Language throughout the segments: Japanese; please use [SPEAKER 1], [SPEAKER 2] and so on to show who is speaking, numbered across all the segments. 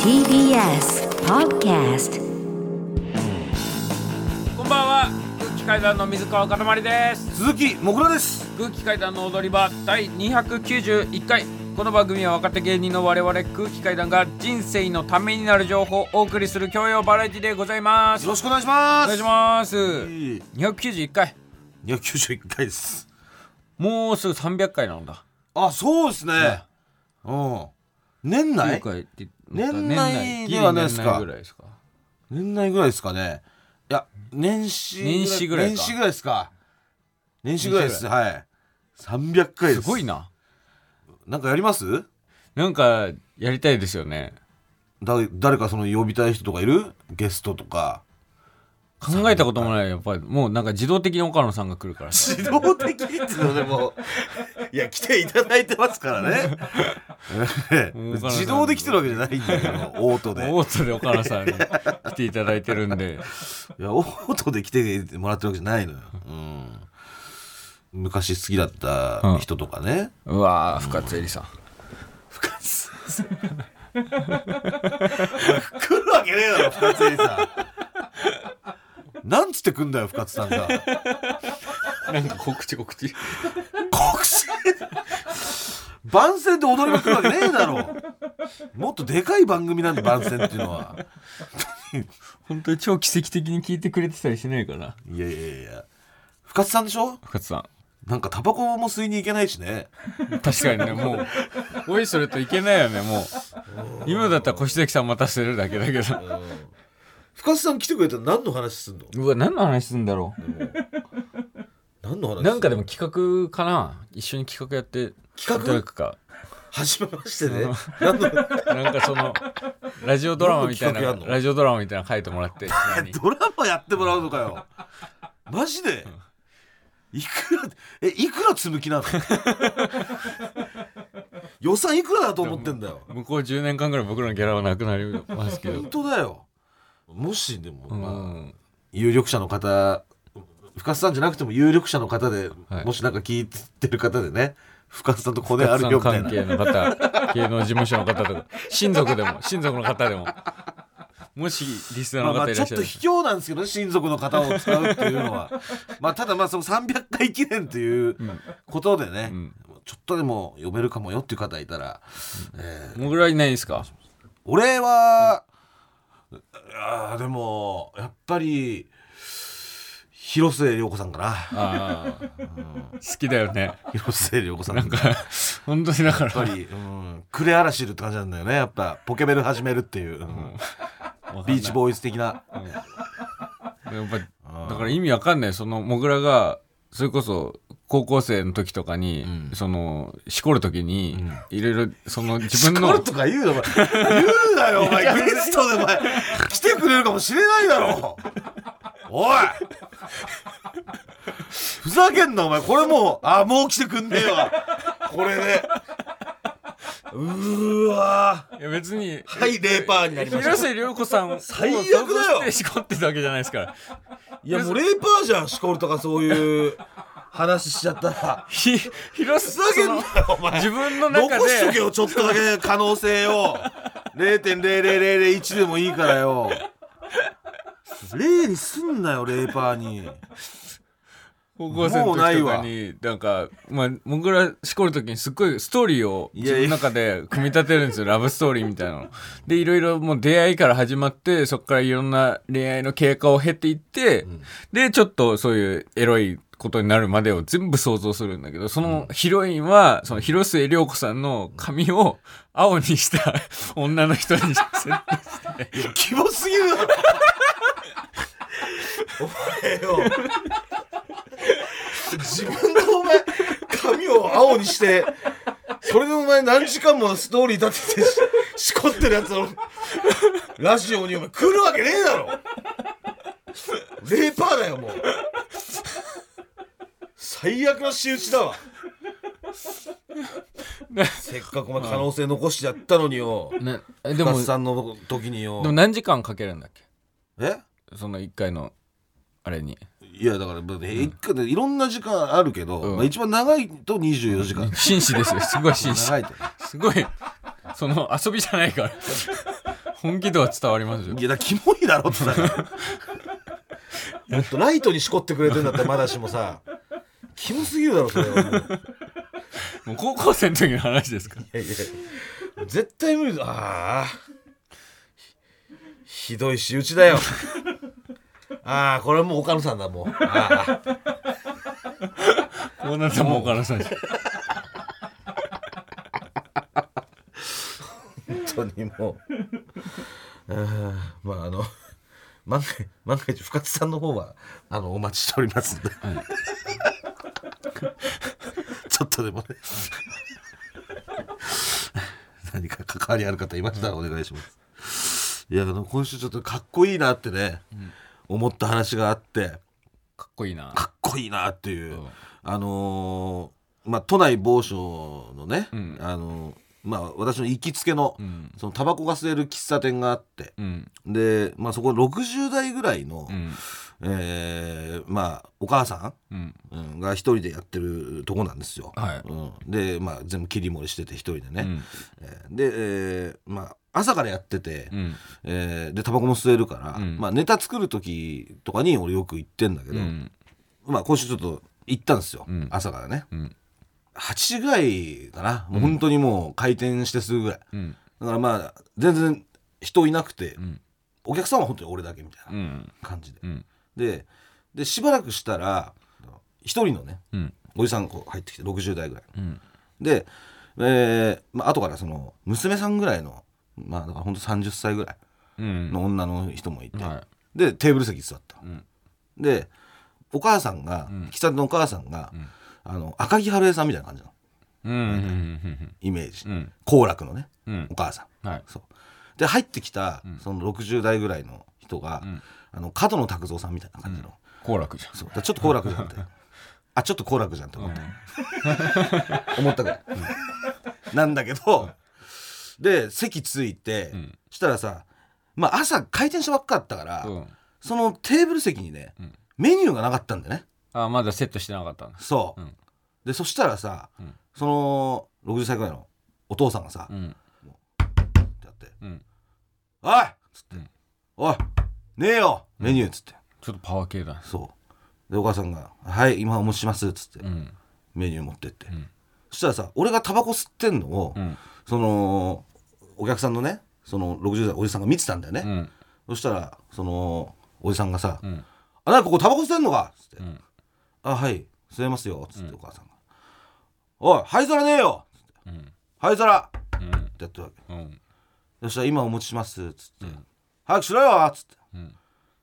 [SPEAKER 1] TBS Podcast
[SPEAKER 2] こんばんは空気階段の水川かたまりです
[SPEAKER 3] 鈴木もぐらです
[SPEAKER 2] 空気階段の踊り場第291回この番組は若手芸人の我々空気階段が人生のためになる情報をお送りする教養バラエティでございます
[SPEAKER 3] よ
[SPEAKER 2] お
[SPEAKER 3] ろしくお願いします
[SPEAKER 2] 願いします
[SPEAKER 3] い
[SPEAKER 2] 291回
[SPEAKER 3] や91回です
[SPEAKER 2] もうすぐ300回なんだ
[SPEAKER 3] あそうですねうん年内
[SPEAKER 2] 900回って
[SPEAKER 3] 年内
[SPEAKER 2] ギリ
[SPEAKER 3] ではないですか
[SPEAKER 2] 年内ぐらいですか
[SPEAKER 3] 年内ぐらいですかねいや年始
[SPEAKER 2] 年始ぐらいか
[SPEAKER 3] 年始ぐらいですか年始ぐらいですはい300回です
[SPEAKER 2] すごいな
[SPEAKER 3] なんかやります
[SPEAKER 2] なんかやりたいですよね
[SPEAKER 3] だ誰かその呼びたい人とかいるゲストとか
[SPEAKER 2] 考えたこともないやっぱりもうなんか自動的に岡野さんが来るから
[SPEAKER 3] 自動的っていうのでも いや来ていただいてますからね
[SPEAKER 2] 岡
[SPEAKER 3] ええ
[SPEAKER 2] 野さん
[SPEAKER 3] 自動で来てるわけじゃないんだけどオートで
[SPEAKER 2] 大津で岡野さんに来ていただいてるんで
[SPEAKER 3] い や、オートで来てもらってるわけじゃないのよ。うん。昔好きだった人とかね。
[SPEAKER 2] うわー深津絵里さん
[SPEAKER 3] 来るわけねえだろ、深津絵里さん。なんつって来んだよ、深津さんが。
[SPEAKER 2] なんか告知告知
[SPEAKER 3] 国士番宣で踊りまくるわけねえだろ。もっとでかい番組なんで、番宣っていうのは。
[SPEAKER 2] 本当に超奇跡的に聞いてくれてたりしないかない
[SPEAKER 3] やいやいや。深津さんでしょ
[SPEAKER 2] 深津さん
[SPEAKER 3] なんかタバコも吸いに行けないしね。
[SPEAKER 2] 確かにねもうおいそれといけないよねもう今だったら越崎さん待たせるだけだけど
[SPEAKER 3] 深津さん来てくれたら何の話すんの
[SPEAKER 2] うわ何の話するんだろ
[SPEAKER 3] 何の話
[SPEAKER 2] うなんかでも企画かな一緒に企画やって
[SPEAKER 3] 企画
[SPEAKER 2] 誰かか
[SPEAKER 3] 初めましてね。何の
[SPEAKER 2] なんかそのラジオドラマみたいな
[SPEAKER 3] どんな企画やんの
[SPEAKER 2] ラジオドラマみたいなの書いてもらってみ んなに
[SPEAKER 3] ドラマやってもらうのかよ。 マジで。いくら、え、いくら積む気なの。 予算いくらだと思ってんだよ。
[SPEAKER 2] 向こう10年間ぐらい僕らのギャラはなくなります けど
[SPEAKER 3] 本当だよ。もしでも、
[SPEAKER 2] う
[SPEAKER 3] まあ、
[SPEAKER 2] ん
[SPEAKER 3] 有力者の方。深津さんじゃなくても有力者の方で、
[SPEAKER 2] はい
[SPEAKER 3] もしなんか聞いてる方でね。深津さんと骨あるよみたい
[SPEAKER 2] 関
[SPEAKER 3] な。
[SPEAKER 2] 係の方、芸能事務所の方 とか、親族でも、親族の方でも、もしリスナー
[SPEAKER 3] まあ
[SPEAKER 2] の
[SPEAKER 3] ま
[SPEAKER 2] 方
[SPEAKER 3] あ
[SPEAKER 2] い
[SPEAKER 3] ち
[SPEAKER 2] ら
[SPEAKER 3] ょ
[SPEAKER 2] っ
[SPEAKER 3] っ
[SPEAKER 2] しゃ
[SPEAKER 3] と
[SPEAKER 2] る。
[SPEAKER 3] 卑怯なんですけどね親族の方を使うっていうの はまあただまあその300回記念ということでね、
[SPEAKER 2] ん
[SPEAKER 3] ちょっとでも呼べるかもよっていう方いたら、えー
[SPEAKER 2] もぐらいないですか
[SPEAKER 3] 俺は、あーでもやっぱり広末涼子さんかな
[SPEAKER 2] ああ、好きだよね。
[SPEAKER 3] 広末涼子さん
[SPEAKER 2] なんか、本当にだか
[SPEAKER 3] やっ
[SPEAKER 2] ら、
[SPEAKER 3] ぱり、うん、クレアラシルって感じなんだよねやっぱポケベル始めるっていう、うんビーチボーイズ的な
[SPEAKER 2] やっぱ、だから意味わかんない。その、もぐらが、それこそ、高校生の時とかに、その、しこる時に、いろいろ、その、自分
[SPEAKER 3] これ
[SPEAKER 2] の、
[SPEAKER 3] とか言うなお前言うなよお前ゲストでお前来てくれるかもしれないだろおいふざけんなお前これもうあもう来てくんねえわこれでうーわ
[SPEAKER 2] いや別に、
[SPEAKER 3] はいレーパーになりました
[SPEAKER 2] 広末涼子さんを
[SPEAKER 3] 最悪だよ
[SPEAKER 2] してしこってたわけじゃないですから。
[SPEAKER 3] いやもうレーパーじゃんシコルとかそういう話しちゃったら
[SPEAKER 2] ひ広
[SPEAKER 3] ふざ
[SPEAKER 2] 末
[SPEAKER 3] けん
[SPEAKER 2] さ
[SPEAKER 3] なよ
[SPEAKER 2] ん。
[SPEAKER 3] お前
[SPEAKER 2] 自分の中で
[SPEAKER 3] 残しとけよちょっとだけ可能性を0.00001でもいいから よ0にすんなよレーパーに
[SPEAKER 2] 高校生の時とかになんかまあ僕らしこる時にすっごいストーリーを自分の中で組み立てるん ですよラブストーリーみたいなの。でいろいろもう出会いから始まってそこからいろんな恋愛の経過を経ていって、でちょっとそういうエロいことになるまでを全部想像するんだけどそのヒロインはその広末涼子さんの髪を青にした女の人に 設定
[SPEAKER 3] キモすぎるだろお前よ自分のお前髪を青にしてそれでお前何時間もストーリー立ててししこってるやつのラジオにお前来るわけねえだろレーパーだよもう最悪の仕打ちだわせっかくお前可能性残してやったのによ
[SPEAKER 2] ね
[SPEAKER 3] で
[SPEAKER 2] で
[SPEAKER 3] も
[SPEAKER 2] もで
[SPEAKER 3] さんの時によ
[SPEAKER 2] も何時間かけるんだっけ
[SPEAKER 3] え
[SPEAKER 2] その1回のあれに
[SPEAKER 3] いやだからだって一回でいろんな時間あるけど、
[SPEAKER 2] うん
[SPEAKER 3] まあ、一番長いと24時間、
[SPEAKER 2] 紳士ですよすごい紳士
[SPEAKER 3] 長いと
[SPEAKER 2] すごいその遊びじゃないから本気度は伝わりますよ
[SPEAKER 3] いやだからキモいだろって だからもっとライトにしこってくれてんだったらまだしもさキモすぎるだろそれはもう
[SPEAKER 2] もう高校生の時の話ですから
[SPEAKER 3] いやいや絶対無理だああひひどい仕打ちだよああこれはもう岡野さんだもうああ
[SPEAKER 2] こうなったらもう岡野さんじゃん
[SPEAKER 3] 本当にもうああまああの万が一万が一深津さんの方はあのお待ちしておりますんで、ちょっとでもね何か関わりある方いましたらお願いしますいやあの今週ちょっとかっこいいなってね、思った話があって
[SPEAKER 2] かっこいいな
[SPEAKER 3] かっこいいなっていう、
[SPEAKER 2] うん
[SPEAKER 3] あのーまあ都内某所のね、
[SPEAKER 2] うん
[SPEAKER 3] あのーまあ私の行きつけの、
[SPEAKER 2] うん
[SPEAKER 3] そのタバコが吸える喫茶店があって
[SPEAKER 2] うん
[SPEAKER 3] で、まあ、そこ60代ぐらいの、
[SPEAKER 2] うん
[SPEAKER 3] えーまあお母さ
[SPEAKER 2] うん
[SPEAKER 3] んうんが一人でやってるとこなんですよ。
[SPEAKER 2] はい
[SPEAKER 3] うん、で、まあ、全部切り盛りしてて一人で
[SPEAKER 2] う
[SPEAKER 3] ね、
[SPEAKER 2] ん
[SPEAKER 3] えーで、えーまあ朝からやってて、
[SPEAKER 2] うん
[SPEAKER 3] えーでタバコも吸えるから、
[SPEAKER 2] うん
[SPEAKER 3] まあ、ネタ作る時とかに俺よく行ってんだけど、
[SPEAKER 2] うん
[SPEAKER 3] まあ、今週ちょっと行ったんですよ、
[SPEAKER 2] うん
[SPEAKER 3] 朝からね
[SPEAKER 2] うん
[SPEAKER 3] 8時ぐらいかなもう本当にもう開店してすぐぐらい
[SPEAKER 2] うん
[SPEAKER 3] だからまあ全然人いなくて
[SPEAKER 2] うん
[SPEAKER 3] お客さんは本当に俺だけみたいな
[SPEAKER 2] うん
[SPEAKER 3] 感じで
[SPEAKER 2] うん
[SPEAKER 3] ででしばらくしたら一人のね
[SPEAKER 2] うん
[SPEAKER 3] おじさんがこう入ってきて60代ぐらい
[SPEAKER 2] うん
[SPEAKER 3] で、えーまあ後からその娘さんぐらいのまあだから本当30歳ぐらい
[SPEAKER 2] うん
[SPEAKER 3] の女の人もいて、
[SPEAKER 2] は
[SPEAKER 3] でテーブル席座った
[SPEAKER 2] いうん
[SPEAKER 3] でお母さんが、
[SPEAKER 2] うん
[SPEAKER 3] 喫茶店のお母さんが、
[SPEAKER 2] うん
[SPEAKER 3] あの赤木春江さんみたいな感じの
[SPEAKER 2] うんうん
[SPEAKER 3] イメージ
[SPEAKER 2] うんうん
[SPEAKER 3] 好楽のね
[SPEAKER 2] うん
[SPEAKER 3] お母さん
[SPEAKER 2] はい
[SPEAKER 3] そうで入ってきた、
[SPEAKER 2] うん
[SPEAKER 3] その60代ぐらいの人が、
[SPEAKER 2] うん
[SPEAKER 3] あの角野卓造さんみたいな感じの、
[SPEAKER 2] 好楽じゃん
[SPEAKER 3] そうだからちょっと好楽じ ゃんってあちょっと好楽じゃんって思った、 思ったぐらい、なんだけど、で席ついて、
[SPEAKER 2] うん
[SPEAKER 3] したらさまあ朝開店したばっかだったから、
[SPEAKER 2] うん
[SPEAKER 3] そのテーブル席にね、
[SPEAKER 2] うん
[SPEAKER 3] メニューがなかったんだよね
[SPEAKER 2] あまだセットしてなかったんです
[SPEAKER 3] そう、
[SPEAKER 2] うん
[SPEAKER 3] でそしたらさ、
[SPEAKER 2] うん
[SPEAKER 3] その60歳ぐらいのお父さんがさ、
[SPEAKER 2] うん
[SPEAKER 3] ってやって
[SPEAKER 2] うん
[SPEAKER 3] 「おい!」っつって「
[SPEAKER 2] うん
[SPEAKER 3] おいねえよメニュー」っつって、
[SPEAKER 2] ちょっとパワー系だ
[SPEAKER 3] そうでお母さんが「はい今お持ちします」っつって、
[SPEAKER 2] うん
[SPEAKER 3] メニュー持ってって、
[SPEAKER 2] ん
[SPEAKER 3] そしたらさ俺がタバコ吸ってんのを、
[SPEAKER 2] うん
[SPEAKER 3] そのお客さんのねその60代のおじさんが見てたんだよね、
[SPEAKER 2] うん
[SPEAKER 3] そしたらそのおじさんがさ「
[SPEAKER 2] うん
[SPEAKER 3] あなんかここタバコ吸ってんのか」っつって「
[SPEAKER 2] ん
[SPEAKER 3] あはい吸えますよ」っつって、お母さんが「おい灰皿ねえよ!」っつって
[SPEAKER 2] うん
[SPEAKER 3] 灰皿!」っ
[SPEAKER 2] うん
[SPEAKER 3] てやってるわけ
[SPEAKER 2] うん
[SPEAKER 3] そしたら「今お持ちします」っつって「
[SPEAKER 2] ん
[SPEAKER 3] 早くしろよ!」っつって
[SPEAKER 2] うん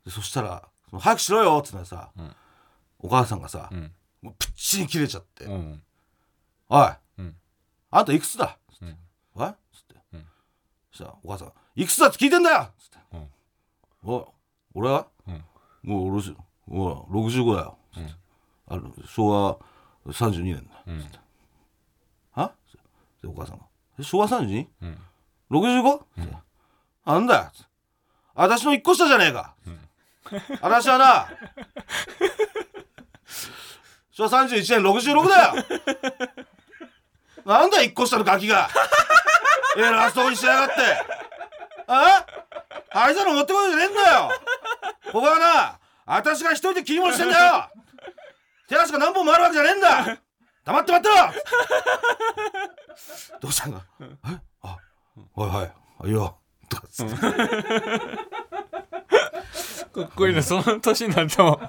[SPEAKER 3] でそしたら「その早くしろよ!」っつったらさ、
[SPEAKER 2] ん
[SPEAKER 3] お母さんがさ、
[SPEAKER 2] うん
[SPEAKER 3] もうプッチに切れちゃって「
[SPEAKER 2] うん
[SPEAKER 3] おい、
[SPEAKER 2] うん
[SPEAKER 3] あんたいくつだ?」つって
[SPEAKER 2] うん
[SPEAKER 3] 「えっ?」つって、
[SPEAKER 2] うん
[SPEAKER 3] そしたらお母さんが「いくつだって聞いてんだよ!」つって「
[SPEAKER 2] うん
[SPEAKER 3] お俺は、
[SPEAKER 2] うん
[SPEAKER 3] もう俺しほら65だよ」つって、あの昭和32年だ」つって「はつってでお母さんが「え昭和 32?65?、
[SPEAKER 2] うん
[SPEAKER 3] 65つってなんだよ」つって私の一個下じゃねえか」つって私はな昭和31年66だよなんだ一個下のガキが偉そうにしやがってあ灰皿持ってこいじゃねえんだよここはな私が一人で切り盛りしてんだよ手足が何本もあるわけじゃねえんだ黙って待ってろどうしたんだえあはいはいあいいよとかっつって
[SPEAKER 2] かっこいいなその年になっても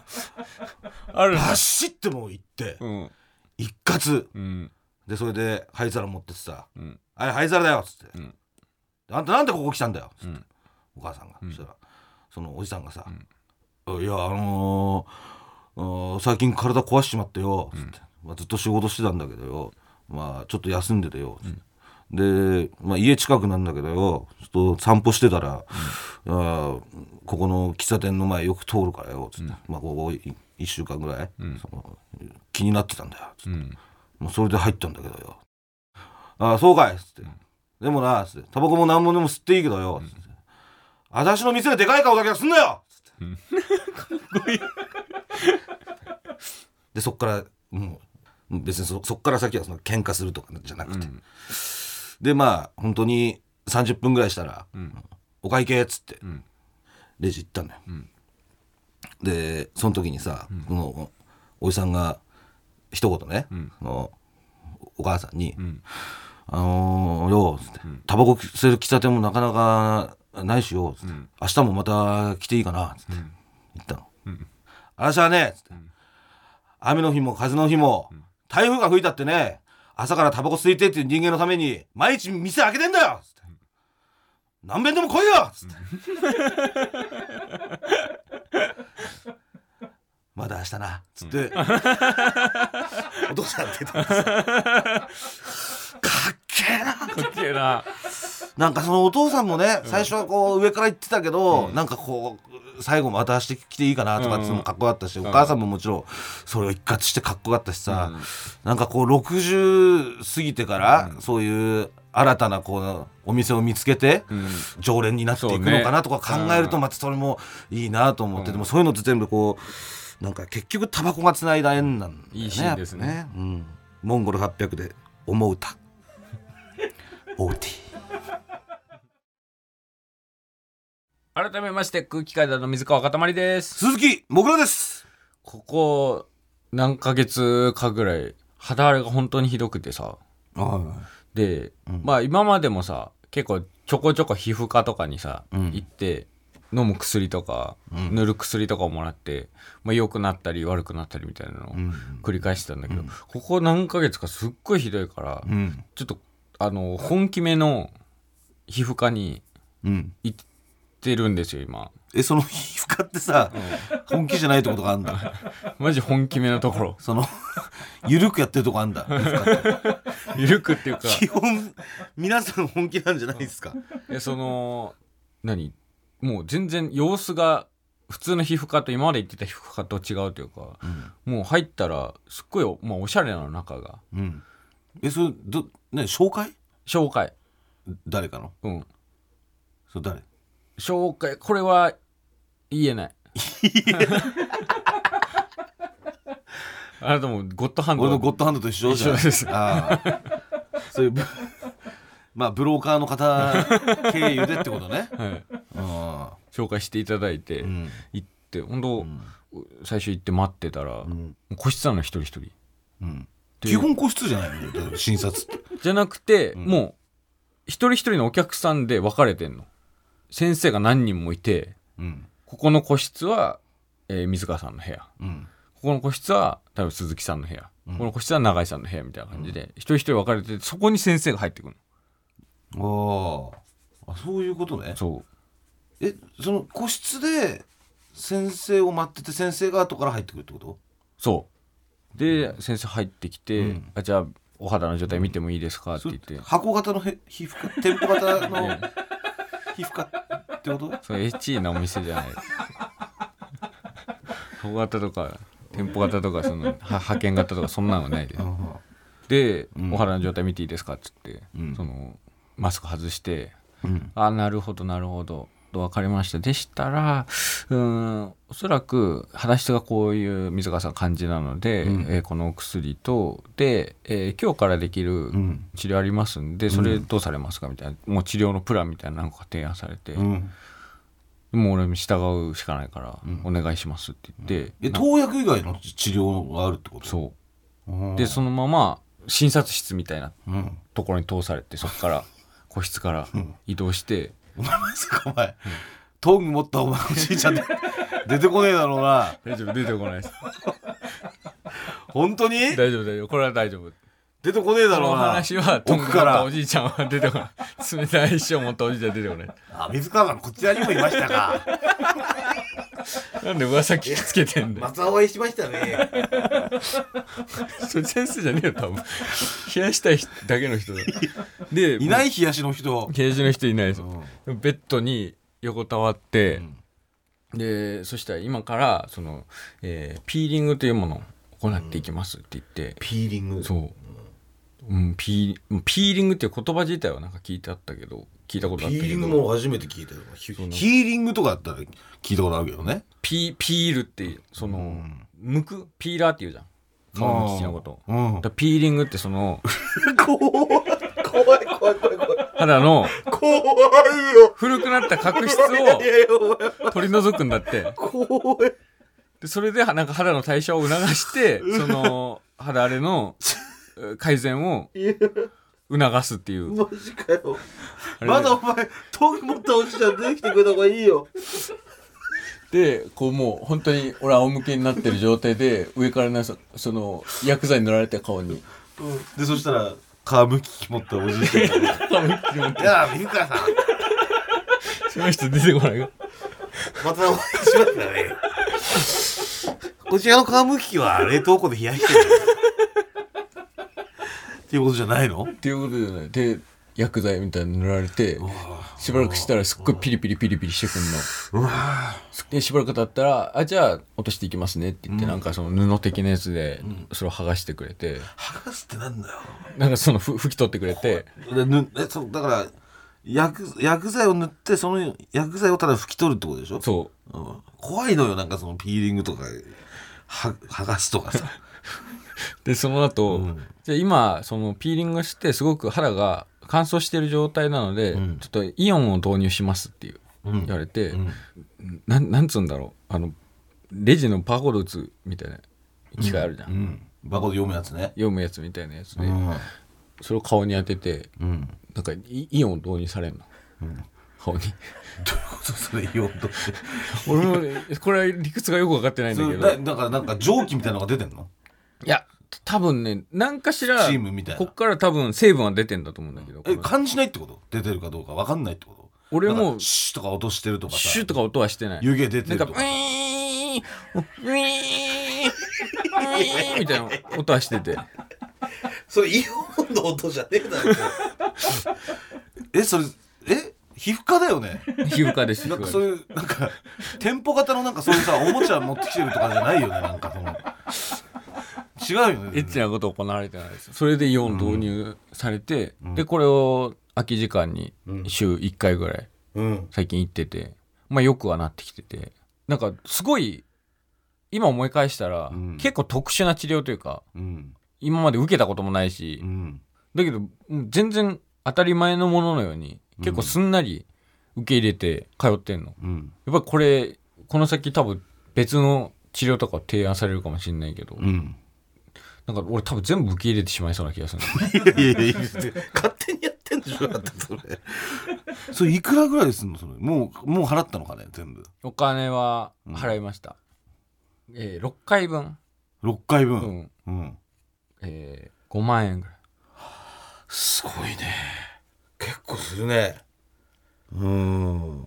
[SPEAKER 2] あるんだ
[SPEAKER 3] 走ってもう行って
[SPEAKER 2] うん
[SPEAKER 3] 一括
[SPEAKER 2] うん
[SPEAKER 3] でそれで灰皿持ってってさ
[SPEAKER 2] うん
[SPEAKER 3] 「あれ灰皿だよ」っつって、
[SPEAKER 2] うん
[SPEAKER 3] あんたなんでここ来たんだよ」つっ
[SPEAKER 2] う
[SPEAKER 3] て、
[SPEAKER 2] ん
[SPEAKER 3] お母さんが、
[SPEAKER 2] ん
[SPEAKER 3] そしたらそのおじさんがさ
[SPEAKER 2] ん
[SPEAKER 3] 「いやあのーあー最近体壊しちまってよ」つって、まあ、ずっと仕事してたんだけどよまあちょっと休んでてよ」つってで、まあ、家近くなんだけどよちょっと散歩してたら、あーここの喫茶店の前よく通るからよ」つって、まあここ1週間ぐらい、その気になってたんだよ」つって
[SPEAKER 2] うん
[SPEAKER 3] もうそれで入ったんだけどよ。ああ、そうかいっつって。でもな、つって。タバコも何もでも吸っていいけどよ。つって。私の店ででかい顔だけはすんなよつって。 でそっからもう別にそそっから先はその喧嘩するとかじゃなくて、でまあ本当に30分ぐらいしたら「お会計」っつって、
[SPEAKER 2] ん
[SPEAKER 3] レジ行ったのよ、でその時にさ、そのおじさんが一言ね、そのお母さんに「あのー、よう」つって「タバコ吸える喫茶店もなかなかないしよ」つって、明日もまた来ていいかな」つって、言ったの。私はね、つって雨の日も風の日も、台風が吹いたってね、朝からタバコ吸いてっていう人間のために、毎日店開けてんだよつって何遍でも来いよつって。まだ明日な。つって、 お父さん出たんですよかっけえな
[SPEAKER 2] かっけえな
[SPEAKER 3] なんかそのお父さんもね、最初はこう上から言ってたけど、なんかこう最後またしてきていいかなとかっていうのもかっこよかったし、お母さんももちろんそれを一括してかっこよかったしさ、なんかこう60過ぎてから、そういう新たなこうお店を見つけて、常連になっていくのかなとか考えるとまたそれもいいなと思って、でもそういうのって全部こうなんか結局タバコがつないだ縁なんだよね。
[SPEAKER 2] いいシーンですね
[SPEAKER 3] やっぱうん、モンゴル800で思うた OT。
[SPEAKER 2] 改めまして空気階段の水川かたまりです
[SPEAKER 3] 鈴木もぐらです
[SPEAKER 2] ここ何ヶ月かぐらい肌荒れが本当にひどくてさ
[SPEAKER 3] は
[SPEAKER 2] で、まあ今までもさ結構ちょこちょこ皮膚科とかにさ、
[SPEAKER 3] ん
[SPEAKER 2] 行って飲む薬とか、塗る薬とかをもらって、まあ、良くなったり悪くなったりみたいなのを
[SPEAKER 3] ん
[SPEAKER 2] 繰り返してたんだけど、ここ何ヶ月かすっごいひどいから、
[SPEAKER 3] ん
[SPEAKER 2] ちょっとあの本気めの皮膚科に
[SPEAKER 3] うん
[SPEAKER 2] 行ってるんですよ今
[SPEAKER 3] えその皮膚科ってさ、本気じゃないってことがあるんだ
[SPEAKER 2] マジ本気めのとこ ろ
[SPEAKER 3] そのゆるくやってるとこあるん だ皮膚科って
[SPEAKER 2] 緩くっていうか
[SPEAKER 3] 基本皆さん本気なんじゃないですか
[SPEAKER 2] えその何もう全然様子が普通の皮膚科と今まで行ってた皮膚科と違うというか、もう入ったらすっごい、まあ、おしゃれなの中が
[SPEAKER 3] うんえそれどね紹介
[SPEAKER 2] 紹介
[SPEAKER 3] 誰かの
[SPEAKER 2] うん
[SPEAKER 3] それ誰
[SPEAKER 2] 紹介これは言えないあなたもゴッドハンド
[SPEAKER 3] 俺のゴッドハンドと一緒じゃん
[SPEAKER 2] 一緒です
[SPEAKER 3] ああそういうブまあブローカーの方経由でってことね
[SPEAKER 2] はい、
[SPEAKER 3] あ
[SPEAKER 2] 紹介していただいて、
[SPEAKER 3] あうん
[SPEAKER 2] 行って本当、最初行って待ってたら、
[SPEAKER 3] ん
[SPEAKER 2] 個室なの一人一人
[SPEAKER 3] うん基本個室じゃないのだから診察って
[SPEAKER 2] じゃなくて、もう一人一人のお客さんで分かれてんの先生が何人もいて
[SPEAKER 3] うん
[SPEAKER 2] ここの個室は、えー水川さんの部屋
[SPEAKER 3] うん
[SPEAKER 2] ここの個室は多分鈴木さんの部屋、ここの個室は永井さんの部屋みたいな感じで、一人一人分かれててそこに先生が入ってくる
[SPEAKER 3] あああそういうことね
[SPEAKER 2] のそう
[SPEAKER 3] えその個室で先生を待ってて先生が後から入ってくるってこと
[SPEAKER 2] そうで先生入ってきて、あ「じゃあお肌の状態見てもいいですか?」って
[SPEAKER 3] そ
[SPEAKER 2] 言
[SPEAKER 3] れ
[SPEAKER 2] って
[SPEAKER 3] 箱型のへ皮膚科店舗型の皮膚科ってこと
[SPEAKER 2] そうエッチなお店 じゃない箱型とか店舗型とかそのは派遣型とかそんなのはないですで、お肌の状態見ていいですか?」っつって、そのマスク外して「あなるほどなるほど」と分かりましたでしたらうーんおそらく肌質がこういう水川さん感じなので、えーこのお薬とで、えー今日からできる治療ありますんで、それどうされますかみたいなもう治療のプランみたいなのが提案されて、
[SPEAKER 3] ん
[SPEAKER 2] もう俺も従うしかないから「お願いします」って言って、
[SPEAKER 3] え投薬以外の治療があるってこと
[SPEAKER 2] そううでそのまま診察室みたいな
[SPEAKER 3] うん
[SPEAKER 2] ところに通されてそこから個室から移動して
[SPEAKER 3] お前マジかお前トング持ったお前おじいちゃんで出てこねえだろうな
[SPEAKER 2] 大丈夫出てこないです
[SPEAKER 3] 本当に
[SPEAKER 2] 大丈夫大丈夫これは大丈夫
[SPEAKER 3] 出てこねえだ
[SPEAKER 2] こ
[SPEAKER 3] ろう
[SPEAKER 2] の
[SPEAKER 3] な
[SPEAKER 2] 話はトング
[SPEAKER 3] 奥
[SPEAKER 2] 持
[SPEAKER 3] か
[SPEAKER 2] った
[SPEAKER 3] ら
[SPEAKER 2] おじいちゃんは出てこない冷たい石を持ったおじいちゃんは出てこない
[SPEAKER 3] あ水川さんこちらにもいましたか
[SPEAKER 2] なんで噂聞きつけてん だよ
[SPEAKER 3] 松尾へしましたね
[SPEAKER 2] それ先生じゃねえよ多分冷やしたい人だけの人だで
[SPEAKER 3] いない冷やしの人
[SPEAKER 2] ケージの人いないですよ、ベッドに横たわって、でそしたら今からその、えーピーリングというものを行っていきますって言って、
[SPEAKER 3] ピーリング
[SPEAKER 2] そう、うん、ピーピーリングっていう言葉自体はなんか聞いてあったけど聞いたことあっ
[SPEAKER 3] ヒ
[SPEAKER 2] た
[SPEAKER 3] ー
[SPEAKER 2] け
[SPEAKER 3] リング
[SPEAKER 2] ど
[SPEAKER 3] も初めて聞いたよヒヒーリングとかだったら聞いたことあるけどね
[SPEAKER 2] ピピールってそのむくピーラーっていうじゃん皮むき器のこと
[SPEAKER 3] うん
[SPEAKER 2] だからピーリングってその
[SPEAKER 3] 怖い怖い怖い怖い怖い
[SPEAKER 2] 肌の
[SPEAKER 3] 怖いよ
[SPEAKER 2] 古くなった角質
[SPEAKER 3] いやいや
[SPEAKER 2] を取り除くんだ って
[SPEAKER 3] 怖い
[SPEAKER 2] でそれでなんか肌の代謝を促 してその肌荒れのえ改善を
[SPEAKER 3] いや
[SPEAKER 2] 促すっていう
[SPEAKER 3] マジかよ
[SPEAKER 2] れ
[SPEAKER 3] まだお前ト持ったおじちゃん出てきてくれた方がいいよ
[SPEAKER 2] でこうもう本当に俺仰向けになってる状態で上からなそその薬剤塗られて顔に
[SPEAKER 3] でそしたら皮むき持ったおじいちゃんが「 いや美香さん
[SPEAKER 2] その人出てこないが
[SPEAKER 3] またお会いしましたねこちらの皮むき器は冷凍庫で冷やしてるっていうことじゃないの
[SPEAKER 2] っていうことじゃないで薬剤みたいに塗られてしばらくしたらすっごいピリピリピリピリしてくんのでしばらく経ったら「あじゃあ落としていきますね」って言って、なんかその布的なやつでそれを剥がしてくれて、
[SPEAKER 3] 剥がすってなんだよ
[SPEAKER 2] なんかそのふ拭き取ってくれて
[SPEAKER 3] でぬえそうだから薬薬剤を塗ってその薬剤をただ拭き取るってことでしょ
[SPEAKER 2] そ
[SPEAKER 3] うん怖いのよなんかそのピーリングとかは剥がすとかさ
[SPEAKER 2] うでその後、
[SPEAKER 3] ん
[SPEAKER 2] じゃあ今そのピーリングしてすごく肌が乾燥してる状態なので、
[SPEAKER 3] ん
[SPEAKER 2] ちょっとイオンを導入しますっていう、
[SPEAKER 3] うん
[SPEAKER 2] 言われて、
[SPEAKER 3] ん
[SPEAKER 2] なんなんつうんだろうあのレジのバーコード打つみたいな機械あるじゃん、
[SPEAKER 3] うんバコで読むやつね
[SPEAKER 2] 読むやつみたいなやつで、
[SPEAKER 3] うん
[SPEAKER 2] それを顔に当てて
[SPEAKER 3] うん
[SPEAKER 2] なんかイイオンを導入されるの、顔に
[SPEAKER 3] そうそれ言おうと して
[SPEAKER 2] 俺もねこれは理屈がよく分かってないんだ
[SPEAKER 3] そ
[SPEAKER 2] け
[SPEAKER 3] れ
[SPEAKER 2] ど
[SPEAKER 3] だ
[SPEAKER 2] い
[SPEAKER 3] だからなんか蒸気みたいなのが出てんの
[SPEAKER 2] や多分ね何かしら
[SPEAKER 3] チームみたいな
[SPEAKER 2] こっから多分成分は出てんだと思うんだけど
[SPEAKER 3] え
[SPEAKER 2] この
[SPEAKER 3] 感じないってこと出てるかどうかわかんないってこと
[SPEAKER 2] 俺も
[SPEAKER 3] なんかシュッとか落としてるとかさ
[SPEAKER 2] シュッとか音はしてない
[SPEAKER 3] 湯気出て
[SPEAKER 2] なん
[SPEAKER 3] る
[SPEAKER 2] か
[SPEAKER 3] と
[SPEAKER 2] ウ
[SPEAKER 3] か
[SPEAKER 2] ィーンウィーンウィーンみたいな音はしてて
[SPEAKER 4] それイオンの音じゃねえだ ろ
[SPEAKER 3] えそれえ皮膚科だよね
[SPEAKER 2] 皮膚科です
[SPEAKER 3] なんかそういうなんか店舗型のなんかそういうさおもちゃ持ってきてるとかじゃないよねなんかその違うよね
[SPEAKER 2] エッチなこと行われてないですそれでイオン導入されて、でこれを空き時間に週1回ぐらい
[SPEAKER 4] うん
[SPEAKER 2] 最近行っててまあよくはなってきててなんかすごい今思い返したら、
[SPEAKER 3] ん
[SPEAKER 2] 結構特殊な治療というか
[SPEAKER 3] うん
[SPEAKER 2] 今まで受けたこともないし、
[SPEAKER 3] うん
[SPEAKER 2] だけどうん全然当たり前のもののように結構すんなり受け入れて通ってんの、
[SPEAKER 3] うん
[SPEAKER 2] やっぱりこれこの先多分別の治療とかを提案されるかもしれないけど、
[SPEAKER 3] うん
[SPEAKER 2] なんか俺多分全部受け入れてしまいそうな気がする
[SPEAKER 3] いやいやいや
[SPEAKER 4] 勝手にやってんでしょだってそれ
[SPEAKER 3] それいくらぐらいすんのそれもうもう払ったのかね全部
[SPEAKER 2] お金は払いました、えー、6回分、
[SPEAKER 3] 6回
[SPEAKER 2] う
[SPEAKER 3] 分
[SPEAKER 2] ん
[SPEAKER 3] うん、
[SPEAKER 2] えー、5万円ぐらい
[SPEAKER 3] すごいね
[SPEAKER 4] 結構するね
[SPEAKER 3] うん